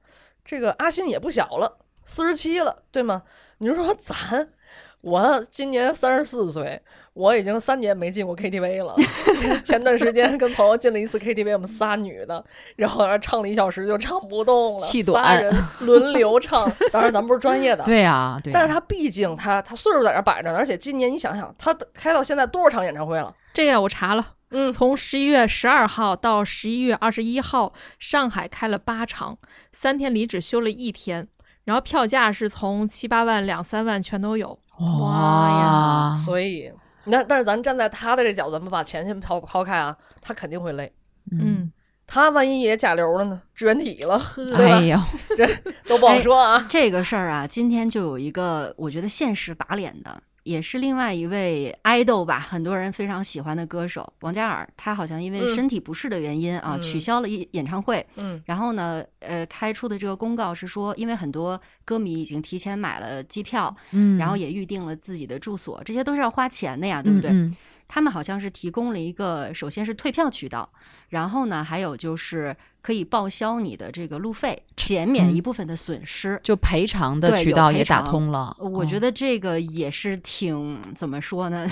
这个阿信也不小了，四十七了，对吗？你就说咱，我今年三十四岁，我已经三年没进过 KTV 了。前段时间跟朋友进了一次 KTV，我们仨女的，然后唱了一小时就唱不动了，气仨短人轮流 唱。当然，咱们不是专业的，对呀、对啊呀、但是他毕竟他他岁数在那儿摆着呢，而且今年你想想，他开到现在多少场演唱会了？这个我查了，嗯从十一月十二号到十一月二十一号，上海开了八场，三天里只休了一天，然后票价是从七八万、两三万全都有。哇呀，所以那但是咱站在他的这角度，咱们把钱先抛抛开啊，他肯定会累。嗯，他万一也甲流了呢？支原体了， 对吧哎？呦，都哎不好说啊。这个事儿啊，今天就有一个我觉得现实打脸的，也是另外一位爱豆吧，很多人非常喜欢的歌手王嘉尔，他好像因为嗯身体不适的原因啊，嗯取消了一演唱会。嗯然后呢，呃，开出的这个公告是说，因为很多歌迷已经提前买了机票，嗯， 然后也预定了自己的住所，这些都是要花钱的呀，对不对？嗯嗯他们好像是提供了一个，首先是退票渠道，然后呢，还有就是可以报销你的这个路费，减免一部分的损失。就赔偿的对渠有道赔也打偿通了，嗯我觉得这个也是挺怎么说呢，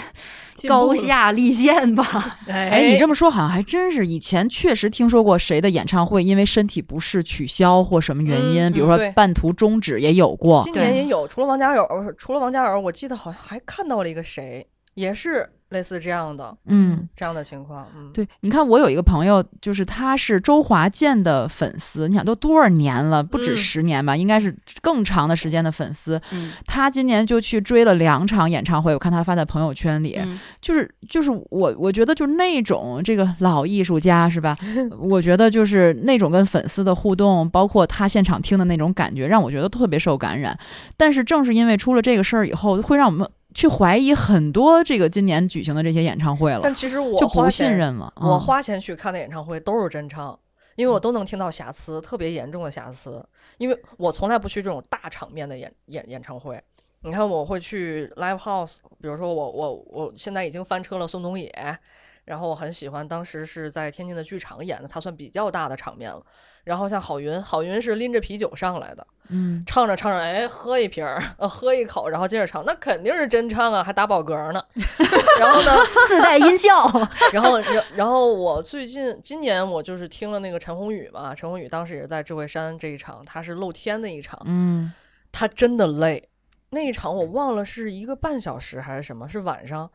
进步了高下立现吧。哎，你这么么说好像还真是，以前确实听说过谁的演唱会因为身体不适取消或什么原因，嗯比如说嗯对半途终止也有过今年对也有，除了王嘉尔，除了王嘉尔，我记得好像还看到了一个谁，也是类似这样的嗯。这样的情况。嗯，对，你看，我有一个朋友，就是他是周华健的粉丝，你想都多少年了，不止嗯十年吧，应该是更长的时间的粉丝。 嗯他今年就去追了两场演唱会，我看他发在朋友圈里，嗯就是就是我我觉得就是那种这个老艺术家是 吧？我觉得就是那种跟粉丝的互动，包括他现场听的那种感觉，让我觉得特别受感染。但是正是因为出了这个事儿以后，会让我们去怀疑很多这个今年举行的这些演唱会了，但其实我就花不信钱任了。我嗯花钱去看的演唱会都是真唱，因为我都能听到瑕疵，特别严重的瑕疵。因为我从来不去这种大场面的演演演唱会。你看，我会去 live house，比如说我我我现在已经翻车了宋冬野，然后我很喜欢，当时是在天津的剧场演的，它算比较大的场面了。然后像郝云，郝云是拎着啤酒上来的，嗯，唱着唱着，哎，喝一瓶儿，呃，喝一口，然后接着唱，那肯定是真唱啊，还打饱嗝呢。 然后呢，自带音效，然后，然然后我最近今年我就是听了那个陈鸿宇嘛，陈鸿宇当时也是在智慧山这一场，他是露天的一场，嗯他真的累。那一场我忘了是一个半小时还是什么，是晚上。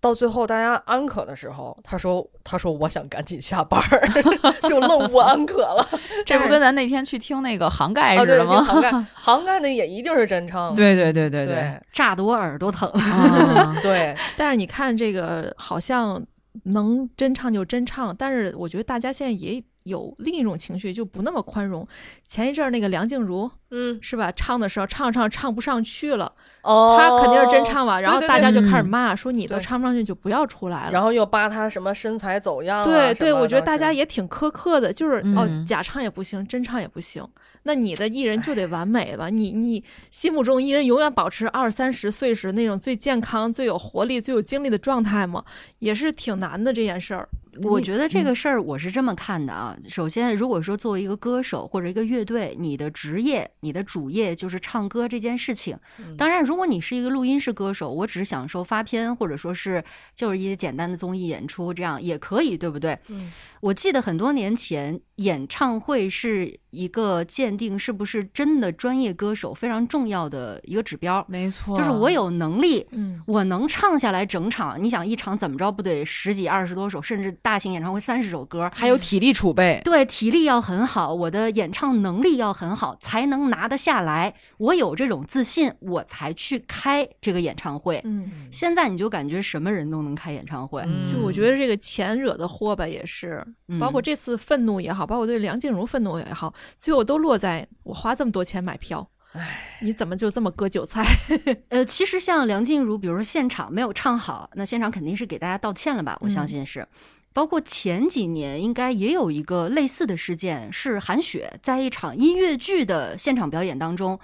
到最后大家安可的时候，他说：“他说我想赶紧下班儿， 就愣不安可了。嗯这不跟咱那天去听那个杭”盖啊，似对，的听吗？杭盖，杭盖那也一定是真 唱。对对对对对对炸得我耳朵疼。 啊 对，但是你看这个，好像能真唱就真唱，但是我觉得大家现在也有另一种情绪，就不那么宽容。前一阵儿那个梁静茹 嗯，是吧，唱的时候唱唱唱不上去了，哦，她肯定是真。唱吧，然后对对大家就开始嗯骂，说你都对唱不上去就不要出来了。然后又扒他什么身材走样、啊什么对的。对，我觉得当大家时也挺苛刻的，就是、哦嗯，假唱也不行，真唱也不行。那你的艺人就得完美吧？你你心目中艺人永远保持二三十岁时那种最健康、最有活力、最有精力的状态吗？也是挺难的这件事儿。我你觉得嗯这个事儿我是这么看的啊。首先，如果说作为一个歌手或者一个乐队，你的职业、你的主业就是唱歌这件事情。嗯当然，如果你是一个录音室歌手，我只享受发片或者说是就是一些简单的综艺演出，这样也可以，对不对？嗯我记得很多年前，演唱会是一个鉴定是不是真的专业歌手非常重要的一个指标，没 错，就是我有能力，嗯，我能唱下来整场，你想一场怎么着不得十几二十多首，甚至大型演唱会三十首歌，还有体力储备，嗯对体力要很好，我的演唱能力要很好，才能拿得下来。我有这种自信，我才去开这个演唱会。嗯，现在你就感觉什么人都能开演唱会，嗯就我觉得这个钱惹的祸吧，也是，嗯包括这次愤怒也好，包括对梁静茹愤怒也好，最后都落在我花这么多钱买票，哎，你怎么就这么割韭菜？呃，其实像梁静茹，比如说现场没有唱好，那现场肯定是给大家道歉了吧？我相嗯信是。包括前几年应该也有一个类似的事件，是韩雪在一场音乐剧的现场表演当中，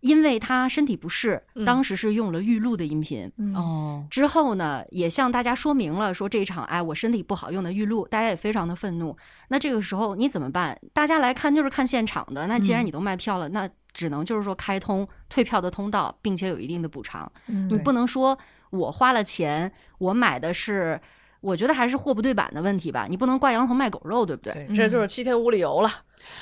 因为她身体不适，当时是用了预录的音频。嗯哦，之后呢，也向大家说明了说这一场，哎，我身体不好用的预录，大家也非常的愤怒。那这个时候你怎么办？大家来看就是看现场的，那既然嗯你都卖票了，那只能就是说开通退票的通道，并且有一定的补偿。你嗯不能说我花了钱，我买的是，我觉得还是货不对版的问题吧。你不能挂羊头卖狗肉，对不对？对，这就是七天无理由了，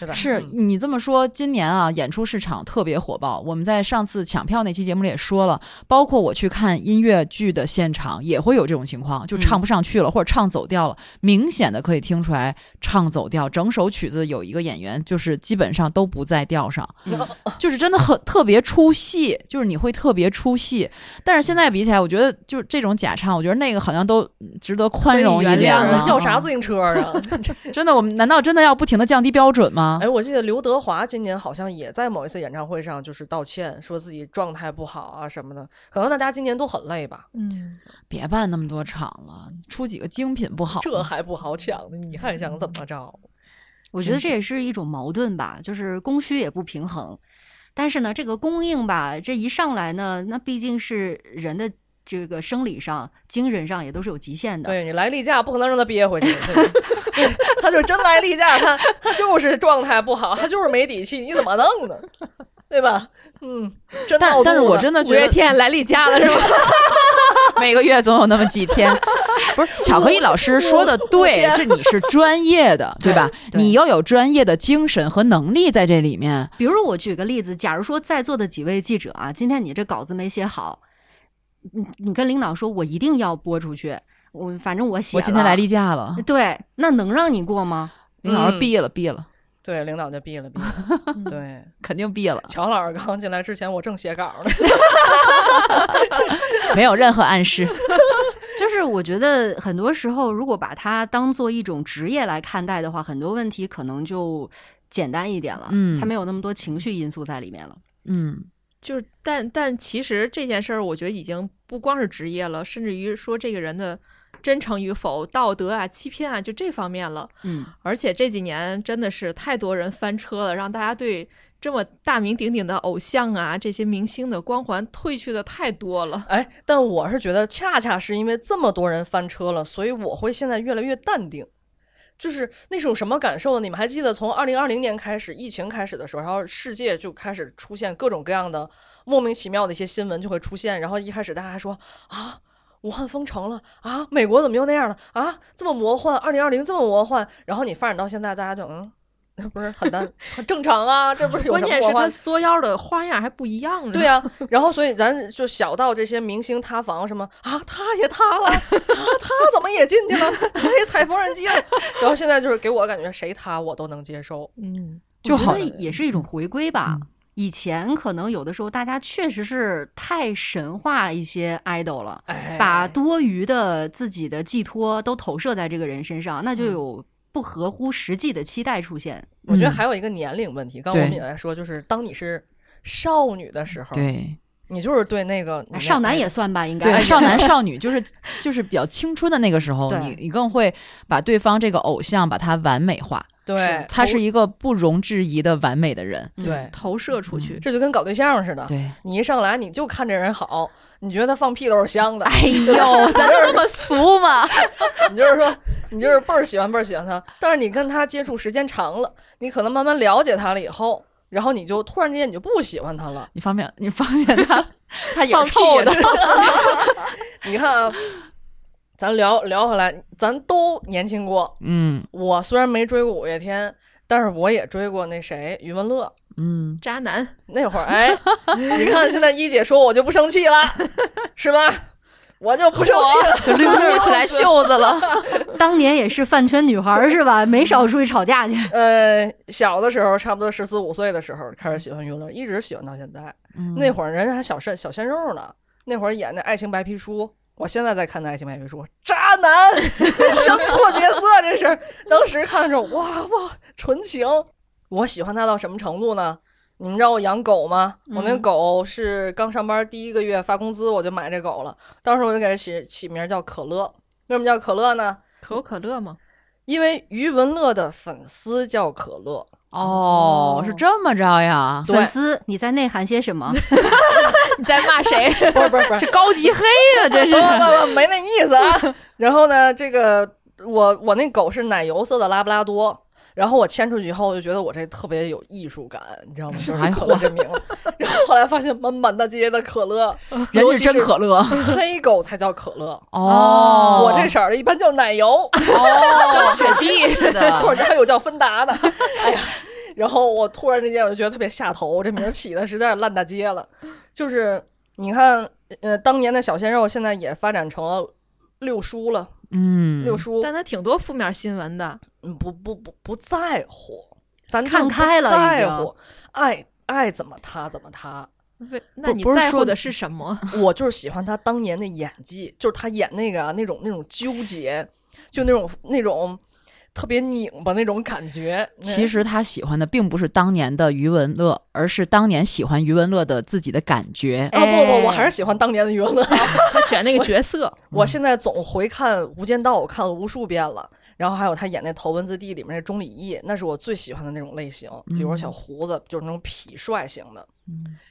对嗯吧？嗯是嗯你这么说，今年啊，演出市场特别火爆。我们在上次抢票那期节目里也说了，包括我去看音乐剧的现场，也会有这种情况，就嗯唱不上去了，或者唱走调了，明显的可以听出来唱走调，整首曲子有一个演员就是基本上都不在调上，嗯 就是真的很特别出戏，就是你会特别出戏。但是现在比起来，我觉得就是这种假唱，我觉得那个好像都值得宽容一可以点原谅了了。要啥自行车 啊？真的，我们难道真的要不停的降低标准吗？哎，我记得刘德华今年好像也在某一次演唱会上就是道歉，说自己状态不好啊什么的。可能大家今年都很累吧，嗯。别办那么多场了，出几个精品不好这吗？还不好抢呢，你还想怎么着？我觉得这也是一种矛盾吧，就是供需也不平衡。但是呢，这个供应吧，这一上来呢，那毕竟是人的这个生理上、精神上也都是有极嗯限的。对你来例假不可能让他憋回去， 对他就真来例假，他他就是状态不好，他就是没底气，你怎么弄呢？对吧？嗯，真但闹但是肚子我真的五觉月得天来例假了是吧？ 每个月总有那么几天。不是巧克力老师说的对，这你是专业的，对吧？对你要有专业的精神和能力在这里面。比如我举个例子，假如说在座的几位记者啊，今天你这稿子没写好，你你跟领导说，我一定要播出去，我反正我写我今天来了嗯例假了，对，那能让你过吗？林老师嗯毙了，毙了，对领导就毙了毙 了。对，肯定毙了，乔老师刚进来之前，我正写稿呢。没有任何暗示。就是我觉得很多时候，如果把它当做一种职业来看待的话，很多问题可能就简单一点了。嗯它没有那么多情绪因素在里面了。嗯，就是，但但其实这件事儿，我觉得已经不光是职业了，甚至于说这个人的真诚与否、道德啊、欺骗啊，就这方面了。嗯，而且这几年真的是太多人翻车了，让大家对这么大名鼎鼎的偶像啊、这些明星的光环褪去的太多了。哎，但我是觉得，恰恰是因为这么多人翻车了，所以我会现在越来越淡定。就是那种什么感受呢？你们还记得从二零二零年开始，疫情开始的时候，然后世界就开始出现各种各样的莫名其妙的一些新闻就会出现。然后一开始大家还说啊，武汉封城了啊，美国怎么又那样了啊，这么魔幻，二零二零这么魔幻。然后你发展到现在，大家就嗯， 那不是很难很正常啊，这不是有关什么键是魔幻他作妖的花样还不一样呢。对呀、然后所以咱就小到这些明星塌房什么啊，他也塌了啊，他怎么也进去了，他也踩缝纫机了。然后现在就是给我感觉谁塌我都能接受。嗯，就我觉好得也是一种回归吧嗯。以前可能有的时候大家确实是太神话一些 idol 了，哎，把多余的自己的寄托都投射在这个人身上，那就有不合乎实际的期待出现。我觉得嗯还有一个年龄问题，刚刚我们也在说，就是当你是少女的时候，对啊你就是对那个哎你那少男也算吧，应该对，少男少女就是就是比较青春的那个时候，对你你更会把对方这个偶像把他完美化，对，他是一个不容置疑的完美的人，嗯对，投射出去。这就跟搞对象似的。对。你一上来你就看这人好，你觉得他放屁都是香的，哎 呦，咱就这么俗吗？你就是说，你就是倍儿喜欢倍儿喜欢他，但是你跟他接触时间长了，你可能慢慢了解他了以后，然后你就突然之间你就不喜欢他了。 你方便你放下 他，他也放是屁臭也 的， 你看啊，咱聊聊回来，咱都年轻过。嗯我虽然没追过五月天，但是我也追过那谁余文乐。嗯，渣男，那会儿，哎，你看现在一姐说我就不生气了，是吧？我就不生气了。 就捋不 起来袖子了。 当年也是饭圈女孩儿是吧？没少出去吵架去。呃，小的时候，差不多十四五岁的时候开始喜欢余文乐，一直喜欢到现在。嗯那会儿人还小鲜小鲜肉呢，那会儿演的《爱情白皮书》，我现在在看的《爱情白皮书》，渣男， 生破角色这是。当时看的时候，哇哇，纯情！我喜欢他到什么程度呢？你们知道我养狗吗？我那嗯狗是刚上班第一个月发工资，我就买这狗了。当时我就给它起起名叫可乐。为什么叫可乐呢？可口可乐吗？因为余文乐的粉丝叫可乐，哦，是这么着呀？对粉丝，你在内涵些什么？ 你在骂 谁？不是不是不是，这高级黑呀，这是不不不，没那意思啊。 然后呢，这个我我那狗是奶油色的拉布拉多。然后我牵出去以后，我就觉得我这特别有艺术感，你知道吗？就是哎可乐这名字。 然后后来发现满满大街的可乐， 人尤家其真可乐是黑狗才叫可乐，哦。我这色儿的一般叫奶油，哦，雪碧似 啊或的，者还有叫芬达 的。哎呀，然后我突然之间我就觉得特别下头，这名儿起的实在是烂大街了。就是你看，呃，当年的小鲜肉现在也发展成了六叔了，嗯，六叔。但他挺多负面新闻的。嗯，不不不不在乎，咱就看不开了在已经乎，爱爱怎么他怎么 他，为那你不是在说乎的是什么？我就是喜欢他当年的演技，就是他演那个啊那种那种纠结，就那种那种特别拧巴那种感觉。嗯那其实他喜欢的并不是当年的余文乐，而是当年喜欢余文乐的自己的感觉。啊不不，我哎还是喜欢当年的余文乐。 他选那个角色，嗯我现在总回看《无间道》，我看了无数遍了。然后还有他演那《头文字 D》里面那钟礼义，那是我最喜欢的那种类型，比如说嗯小胡子，就是那种痞帅型的。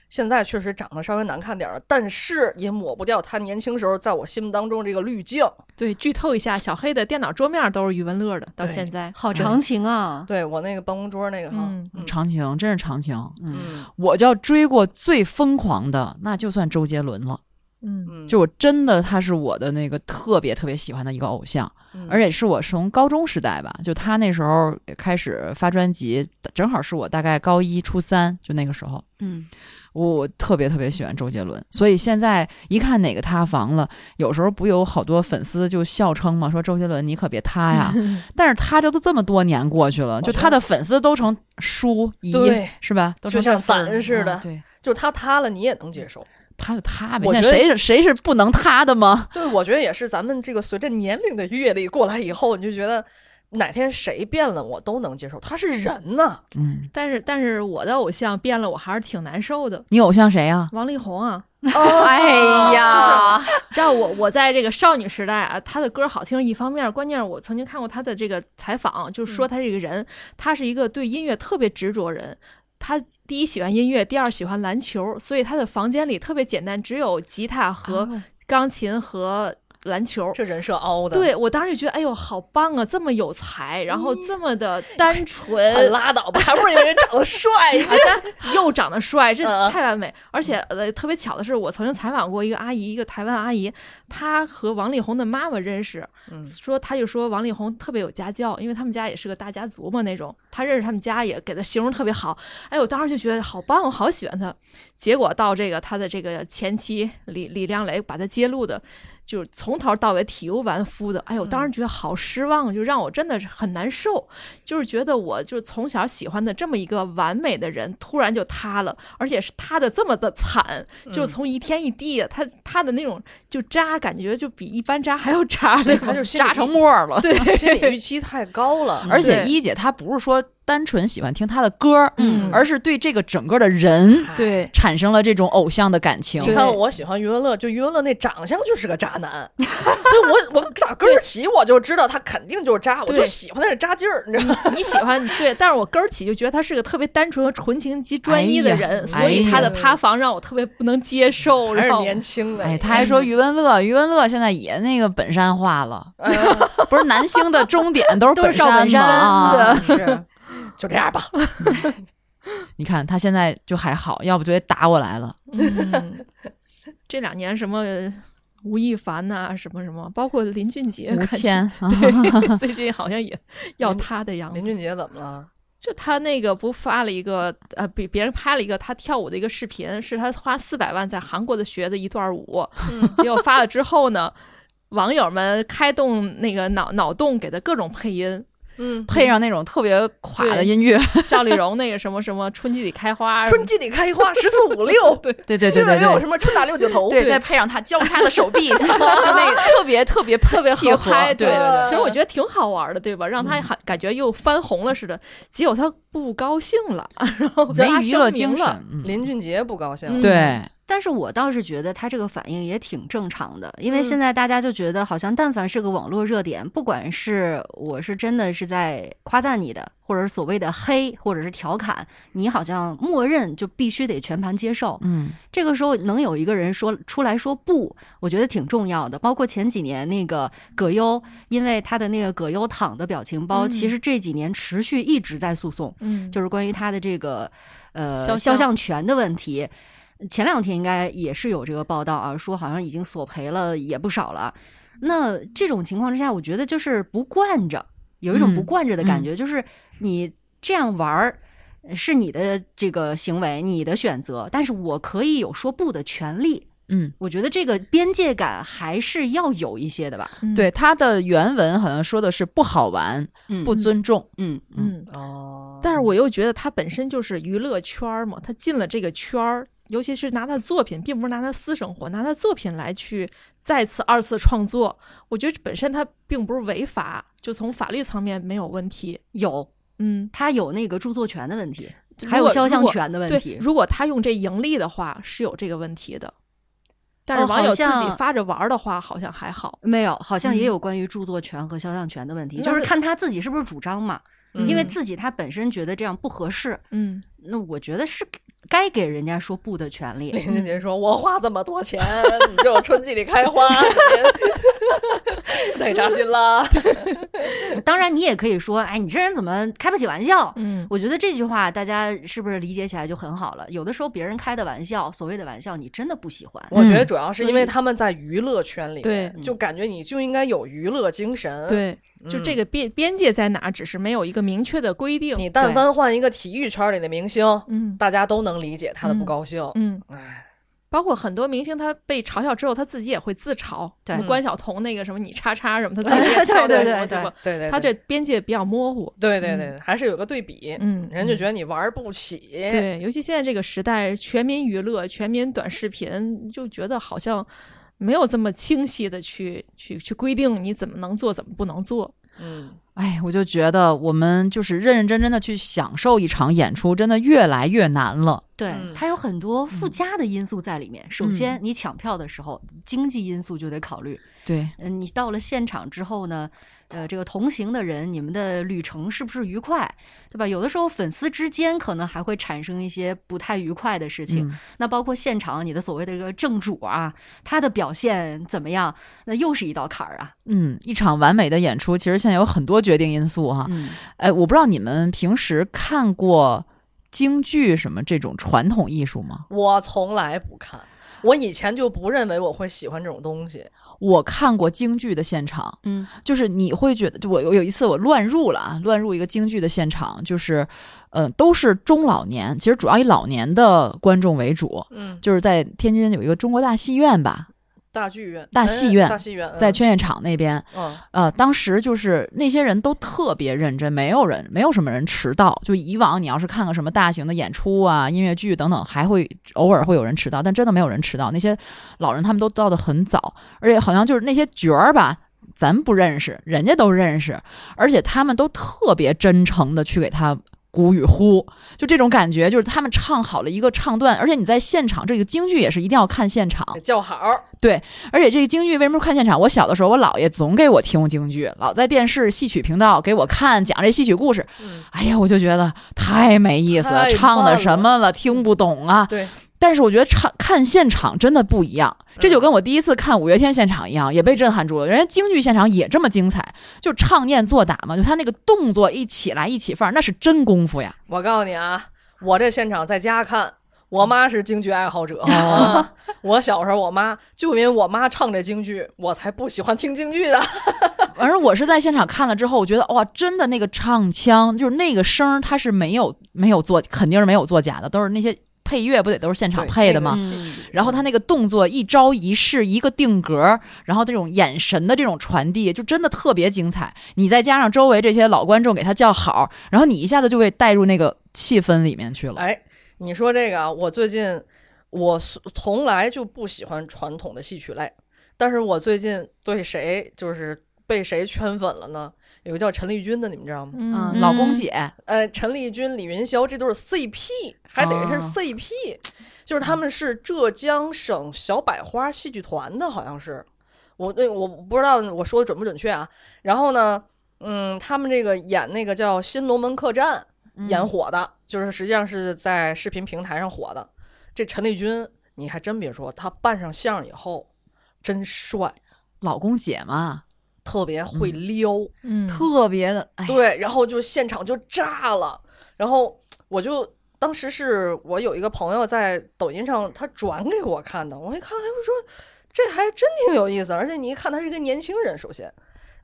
现在确实长得稍微难看点儿，但是也抹不掉他年轻时候在我心目当中这个滤镜。 对，剧透一下，小黑的电脑桌面都是余文乐的，到现在。好长情啊！对我那个办公桌那个哈，嗯嗯长情，真是长情。嗯我就要追过最疯狂的，那就算周杰伦了。嗯，嗯，就我真的，他是我的那个特别特别喜欢的一个偶像，嗯而且是我从高中时代吧，就他那时候开始发专辑，正好是我大概高一初三，就那个时候，嗯，我我特别特别喜欢周杰伦，所以现在一看哪个塌房了，有时候不有好多粉丝就笑称嘛，说周杰伦你可别塌 呀。但是他这都这么多年过去了，觉就得他的粉丝都成叔姨对，是吧？都成就像这份儿反人似的啊对，就他塌了你也能接受。他就塌呗。我现觉在得谁是谁是不能塌的吗？对，我觉得也是咱们这个随着年龄的阅历过来以后，你就觉得哪天谁变了我都能接受，他是人呐、嗯，但是但是我的偶像变了，我还是挺难受的。你偶像谁呀、王力宏啊，哎呀，你 知道我我在这个少女时代啊，她的歌好听是一方面，关键是我曾经看过她的这个采访，就说她这个人，她是一个对音乐特别执着人。她第一喜欢音乐，第二喜欢篮球，所以她的房间里特别简单，只有吉他和钢琴和篮球。这人设凹的，，对我当时就觉得，哎呦，好棒啊，这么有才，然后这么的单纯，拉倒吧，还不是因为长得帅。 啊，但又长得帅，这 嗯太完美。而且呃，特别巧的是，我曾经采访过一个阿姨，一个台湾阿姨，她和王力宏的妈妈认识，嗯说她就说王力宏特别有家教，因为他们家也是个大家族嘛那种，她认识他们家也给她形容特别好。哎，我当时就觉得好棒，我好喜欢他。结果到这个他的这个前妻李李亮雷把他揭露的。就是从头到尾体无完肤的，哎呦，我嗯当时觉得好失望，就让我真的是很难受。就是觉得我就从小喜欢的这么一个完美的人，突然就塌了，而且是塌的这么的惨，嗯就是从一天一地，他他的那种就渣，感觉就比一般渣还要渣那他种。就心理扎成沫儿了。对，嗯心理预期太高了，而且对一姐她不是说单纯喜欢听她的歌儿，嗯而是对这个整个的人对，产生了这种偶像的感情。哎你看，我喜欢余文乐，就余文乐那长相就是个渣男。对我我打根儿起我就知道他肯定就是渣，我就对喜欢他这渣劲儿，你知道吗？ 你喜欢对，但是我根儿起就觉得他是个特别单纯和纯情及专一的人，哎呀所以他的塌房让我特别不能接受，还然是后年轻的，哎，他还说余文乐，余文乐现在也那个本山化了，哎呀不是男星的终点都是都是赵本山吗？啊山的，是 就这样吧。你看他现在就还好，要不就得打我来了。嗯，这两年什么吴亦凡呐、什么什么，包括林俊杰，吴感觉谦，嗯啊对最近好像也要林塌的样林子。俊杰怎么了？就他那个不发了一个呃，比别人拍了一个他跳舞的一个视频，是他花四百万在韩国的学的一段舞，结果发了之后呢，网友们开动那个脑脑洞给他各种配音，嗯， 配上那种特别垮的对音乐，赵丽蓉那个什么什么春季里开花，春季里开花，十四五六，对对对对六对六六，对什。么春打六九 头，对，嗯再配上他交叉的手臂，就那个特别特别特特别契合合拍，对嗯对对其实我觉得挺好玩的，对吧？让他还感觉又翻红了似的，结果他不高兴了，然后没跟他娱声乐明精神了，，嗯林俊杰不高兴了，嗯对，但是我倒是觉得他这个反应也挺正常的，因为嗯现在大家就觉得好像但凡是个网络热点，不管是我是真的是在夸赞你的，或者是所谓的黑，或者是调侃，你好像默认就必须得全盘接受。嗯，这个时候能有一个人说出来说不，我觉得挺重要的。包括前几年那个葛优，因为他的那个葛优躺的表情包，嗯其实这几年持续一直在诉讼。嗯，就是关于他的这个呃肖肖像像权的问题。前两天应该也是有这个报道啊，说好像已经索赔了也不少了。那这种情况之下，我觉得就是不惯着，有一种不嗯惯着的感觉，就是你这样玩儿。呃是你的这个行为，你的选择，但是我可以有说不的权利。嗯，我觉得这个边界感还是要有一些的吧。嗯对，，他的原文好像说的是不好玩、嗯，不尊重，嗯，嗯。哦，但是我又觉得他本身就是娱乐圈儿嘛，他进了这个圈儿，尤其是拿他作品，并不是拿他私生活，拿他作品来去再次二次创作，我觉得本身他并不是违法，就从法律层面没有问题。有嗯，他有那个著作权的问题，如还有果肖像如果权的问题。对，如果他用这盈利的话，是有这个问题的。但是哦网友好自像己发着玩儿的话，好像还好。没有，好像也嗯有关于著作权和肖像权的问题，那就是是看他自己是不是主张嘛。嗯因为自己他本身觉得这样不合适，嗯，那我觉得是该给人家说不的 权利。林俊嗯杰说：“我花这么多钱，你就春季里开花，你太扎心了。嗯当然，你也可以说，哎，你这人怎么开不起玩笑？嗯，我觉得这句话大家是不是理解起来就很好了？有的时候别人开的玩笑，所谓的玩笑，你真的不喜欢。我觉得主要是因所为以他们在娱乐圈里，对，嗯就感觉你就应该有娱乐精神。，嗯对，就这个边边界在哪儿，只是没有一个明确的规定。你但对，凡换一个体育圈里的明星，嗯大家都能理解他的不高兴。嗯， 哎，包括很多明星，他被嘲笑之后，他自己也会自嘲。对嗯什么关晓彤那个什么你叉叉 什么，他自己也跳对对那个对舞吧？对对，他对这边界比较模糊。对对对，还是有个对比，嗯人就觉得你玩不起。对，尤其现在这个时代，全民娱乐、全民短视频，就觉得好像没有这么清晰的去去去规定你怎么能做，怎么不能做。嗯，哎，我就觉得我们就是认认真真的去享受一场演出，真的越来越难了。对，嗯它有很多附加的因素在里面。首先，你抢票的时候，经济因素就得考虑。对，嗯，你到了现场之后呢，呃，这个同行的人，你们的旅程是不是愉快，对吧？有的时候粉丝之间可能还会产生一些不太愉快的事情。嗯那包括现场你的所谓的这个正主啊，他的表现怎么样，那又是一道坎儿啊。嗯，一场完美的演出，其实现在有很多决定因素哈。嗯，哎，我不知道你们平时看过京剧什么这种传统艺术吗？我从来不看，我以前就不认为我会喜欢这种东西。我看过京剧的现场，嗯，就是你会觉得，就我有有一次我乱入了啊，乱入一个京剧的现场，就是，呃，都是中老年，其实主要以老年的观众为主，嗯，就是在天津有一个中国大戏院吧，大剧院，大哎戏院大戏院在嗯劝业场那边，嗯呃，当时就是那些人都特别认真，没有人没有什么人迟到。就以往你要是看个什么大型的演出啊、音乐剧等等，还会偶尔会有人迟到，但真的没有人迟到。那些老人他们都到的很早，而且好像就是那些角儿吧。咱不认识，人家都认识，而且他们都特别真诚的去给他鼓与呼，就这种感觉，就是他们唱好了一个唱段，而且你在现场，这个京剧也是一定要看现场，得叫好儿，而且这个京剧为什么看现场？我小的时候，我姥爷总给我听京剧，老在电视戏曲频道给我看讲这戏曲故事。嗯，哎呀，我就觉得太没意思了，太唱慢的了什么了，听不懂啊。对，嗯但是我觉得唱看现场真的不一样，这就跟我第一次看五月天现场一样，也被震撼住了。人家京剧现场也这么精彩，就唱念做打嘛，就他那个动作一起来一起放，那是真功夫呀。我告诉你啊，我这现场在家看，我妈是京剧爱好者。哦啊我小时候，我妈就因为我妈唱这京剧，我才不喜欢听京剧的。反正我是在现场看了之后，我觉得哇，真的那个唱腔就是那个声儿，它是没有没有做，肯定是没有作假的，都是那些配乐不得都是现场配的吗？对那个戏曲然后他那个动作一招一式一个定格儿，然后这种眼神的这种传递，就真的特别精彩。你再加上周围这些老观众给他叫好，然后你一下子就被带入那个气氛里面去了。哎，你说这个啊，我最近我是从来就不喜欢传统的戏曲类，但是我最近对谁就是被谁圈粉了呢？有个叫陈丽君的，你们知道吗？嗯，嗯，老公姐，呃，陈丽君、李云霄，这都是 CP，还得是哦 CP，、就是他们是浙江省小百花戏剧团的，好像是。我那我不知道我说的准不准确啊。然后呢，嗯，他们这个演那个叫《新龙门客栈》演火的，就是实际上是在视频平台上火的。这陈丽君，你还真别说，她扮上相以后真帅，老公姐嘛，特别会撩。嗯，特别的，哎，对，然后就现场就炸了，然后我就当时是我有一个朋友在抖音上，他转给我看的，我一看，哎，我说这还真挺有意思，而且你一看他是一个年轻人，首先，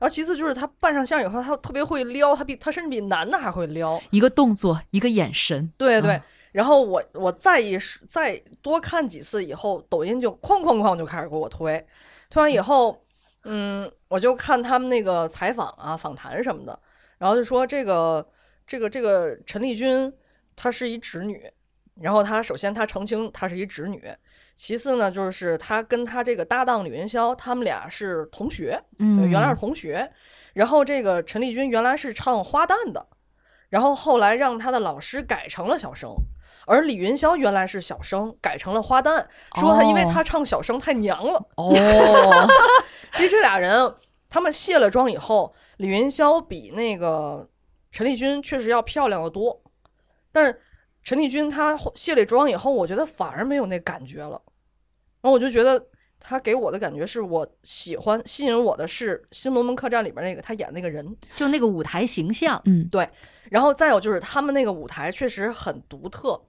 然后其次就是他扮上相以后，他特别会撩，他比他甚至比男的还会撩，一个动作一个眼神，对对。嗯然后我我再一再多看几次以后，抖音就哐哐哐就开始给我推，推完以后，嗯，我就看他们那个采访啊、访谈什么的，然后就说这个这个这个陈丽君她是一直女，然后她首先她澄清她是一直女，其次呢就是她跟她这个搭档李云霄他们俩是同学，对嗯，呃原来是同学。然后这个陈丽君原来是唱花旦的，然后后来让她的老师改成了小生，而李云霄原来是小生，改成了花旦，说他因为哦他唱小生太娘了。哦，其实这俩人他们卸了妆以后，李云霄比那个陈丽君确实要漂亮的多，但是陈丽君她卸了妆以后，我觉得反而没有那感觉了。然后我就觉得她给我的感觉是我喜欢吸引我的是《新龙门客栈》里边那个她演那个人，就那个舞台形象，嗯，然后再有就是他们那个舞台确实很独特，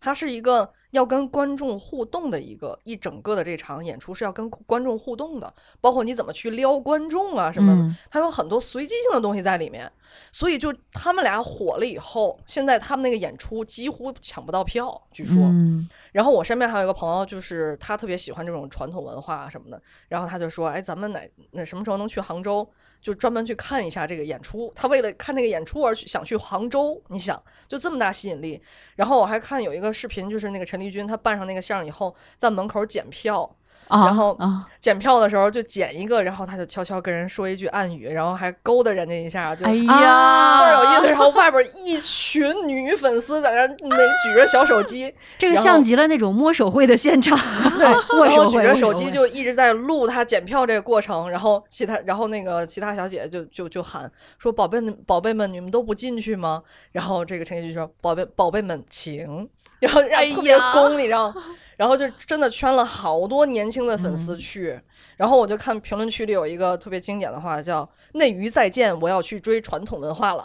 它是一个要跟观众互动的一个一整个的这场演出是要跟观众互动的，包括你怎么去撩观众啊什么，嗯它有很多随机性的东西在里面。所以就他们俩火了以后，现在他们那个演出几乎抢不到票，据说。嗯然后我身边还有一个朋友，就是他特别喜欢这种传统文化什么的，然后他就说：“哎，咱们哪那什么时候能去杭州，就专门去看一下这个演出？”他为了看这个演出而去想去杭州，你想就这么大吸引力。然后我还看有一个视频，就是那个陈丽君她扮上那个相以后，在门口检票，啊，然后啊，检票的时候就捡一个，然后他就悄悄跟人说一句暗语，然后还勾搭人家一下，就哎倍呀，啊儿有意思。然后外边一群女粉丝在那儿那举着小手机，这个然后像极了那种摸手会的现场， 对，握然后手举会，着握手手机会就一直在录他检票这个过程，然后其他，然后那个其他小姐就就就喊说：“宝贝们，宝贝们，你们都不进去吗？”然后这个陈奕迅说：“宝贝，宝贝们，请。”然后让哎特别呀攻，你知道，然后就真的圈了好多年轻的粉丝去。然后我就看评论区里有一个特别经典的话，叫“内娱再见，我要去追传统文化了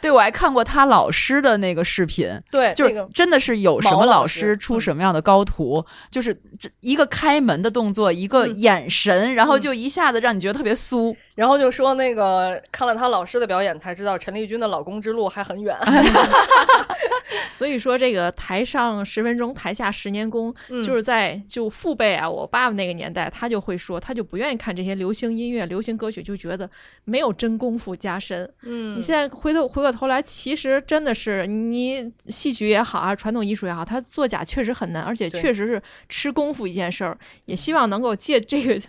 对我还看过他老师的那个视频，”。对，就哎那个是真的是有什么毛老老师嗯师出什么样的高徒，就是这一个开门的动作，一个嗯眼神，然后嗯就一下子让你觉得特别酥。然后就说那个看了他老师的表演，才知道陈丽君的老公之路还很远。所以说这个台上十分钟，台下十年功，嗯就是在就父辈啊，我爸爸那个年代，他就会说，他就不愿意看这些流行音乐、流行歌曲，就觉得没有真功夫加深。嗯你现在回头回过头来，其实真的是你戏曲也好啊，传统艺术也好，它作假确实很难，而且对确实是吃功夫一件事儿。也希望能够借这个，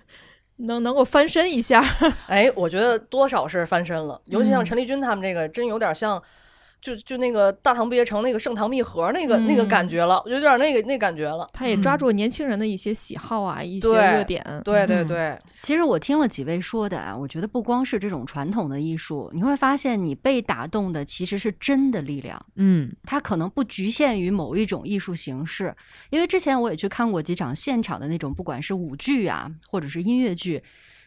能能够翻身一下。哎，我觉得多少是翻身了，尤其像陈丽君他们这个，真有点像，就就那个《大唐不夜城》那个盛唐密盒那个、那个感觉了，我觉得有点那个那感觉了。他也抓住年轻人的一些喜好啊，一些嗯对热点。对对嗯对，其实我听了几位说的啊，我觉得不光是这种传统的艺术，你会发现你被打动的其实是真的力量，嗯它可能不局限于某一种艺术形式。因为之前我也去看过几场现场的那种，不管是舞剧啊，或者是音乐剧，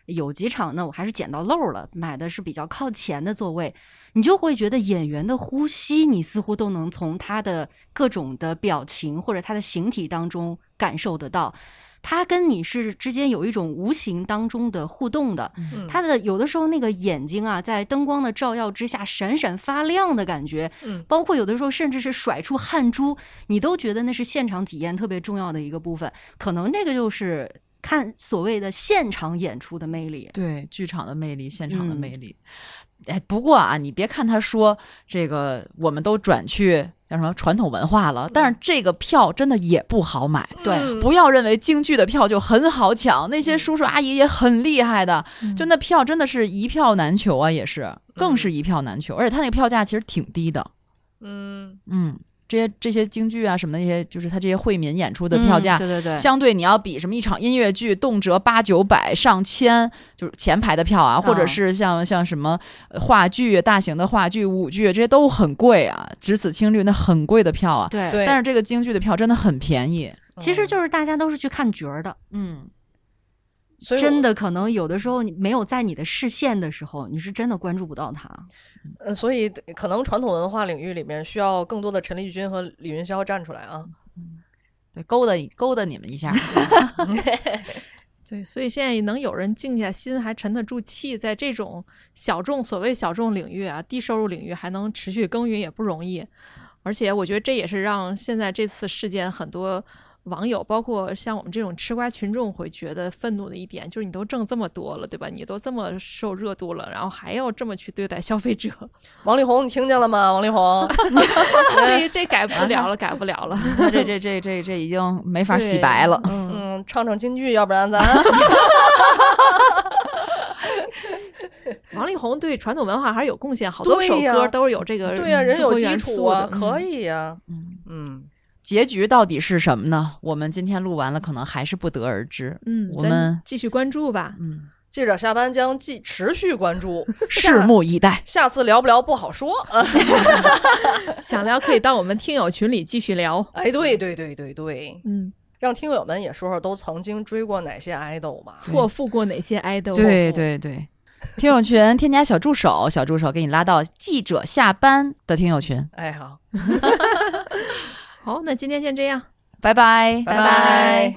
有几场呢，我还是捡到漏儿了，买的是比较靠前的座位，你就会觉得演员的呼吸，你似乎都能从他的各种的表情或者他的形体当中感受得到。他跟你是之间有一种无形当中的互动的，嗯他的有的时候那个眼睛啊，在灯光的照耀之下闪闪发亮的感觉，嗯包括有的时候甚至是甩出汗珠，你都觉得那是现场体验特别重要的一个部分。可能这个就是看所谓的现场演出的魅力。对，剧场的魅力，现场的嗯魅力。哎，不过啊，你别看他说这个，我们都转去叫什么传统文化了，但是这个票真的也不好买。对嗯不要认为京剧的票就很好抢，那嗯些叔叔阿姨也很厉害的，就那票真的是一票难求啊，也嗯是，更是一票难求，而且他那个票价其实挺低的，嗯，嗯，这些这些京剧啊什么的那些，就是他这些惠民演出的票价，嗯对对对，相对你要比什么一场音乐剧动辄八九百上千，就是前排的票啊，或者是像像什么呃话剧、大型的话剧、舞剧，这些都很贵啊，只此青绿那很贵的票啊，对对，但是这个京剧的票真的很便宜，其实嗯就是大家都是去看角儿的，嗯，所以我真的可能有的时候你没有在你的视线的时候，你是真的关注不到他。呃，所以可能传统文化领域里面需要更多的陈丽君和李云霄站出来啊。对，勾搭勾搭你们一下，对，所以现在能有人静下心，还沉得住气，在这种小众所谓小众领域啊、低收入领域还能持续耕耘也不容易。而且我觉得这也是让现在这次事件很多网友，包括像我们这种吃瓜群众会觉得愤怒的一点，就是你都挣这么多了，对吧？你都这么受热度了，然后还要这么去对待消费者， 王力宏，你听见了吗？王力宏，这这改不啊了了，改不了了。那这这这这这已经没法洗对白了。嗯，嗯，唱唱京剧，要不然咱王力宏对传统文化还是有贡献，好多首对呀歌都是有这个对呀、人中有国基元础素啊的，可以呀、嗯，嗯，结局到底是什么呢？我们今天录完了，可能还是不得而知。嗯，我咱们继续关注吧。嗯，记者下班将继持续关注，拭目以待。下次聊不聊不好说。想聊可以到我们听友群里继续聊。 哎，对对对对对， 嗯，让听友们也说说都曾经追过哪些 idol 吧。错付过哪些 idol？对对对，听友群添加小助手，小助手给你拉到记者下班的听友群。哎，好，好，那今天先这样。拜拜。拜拜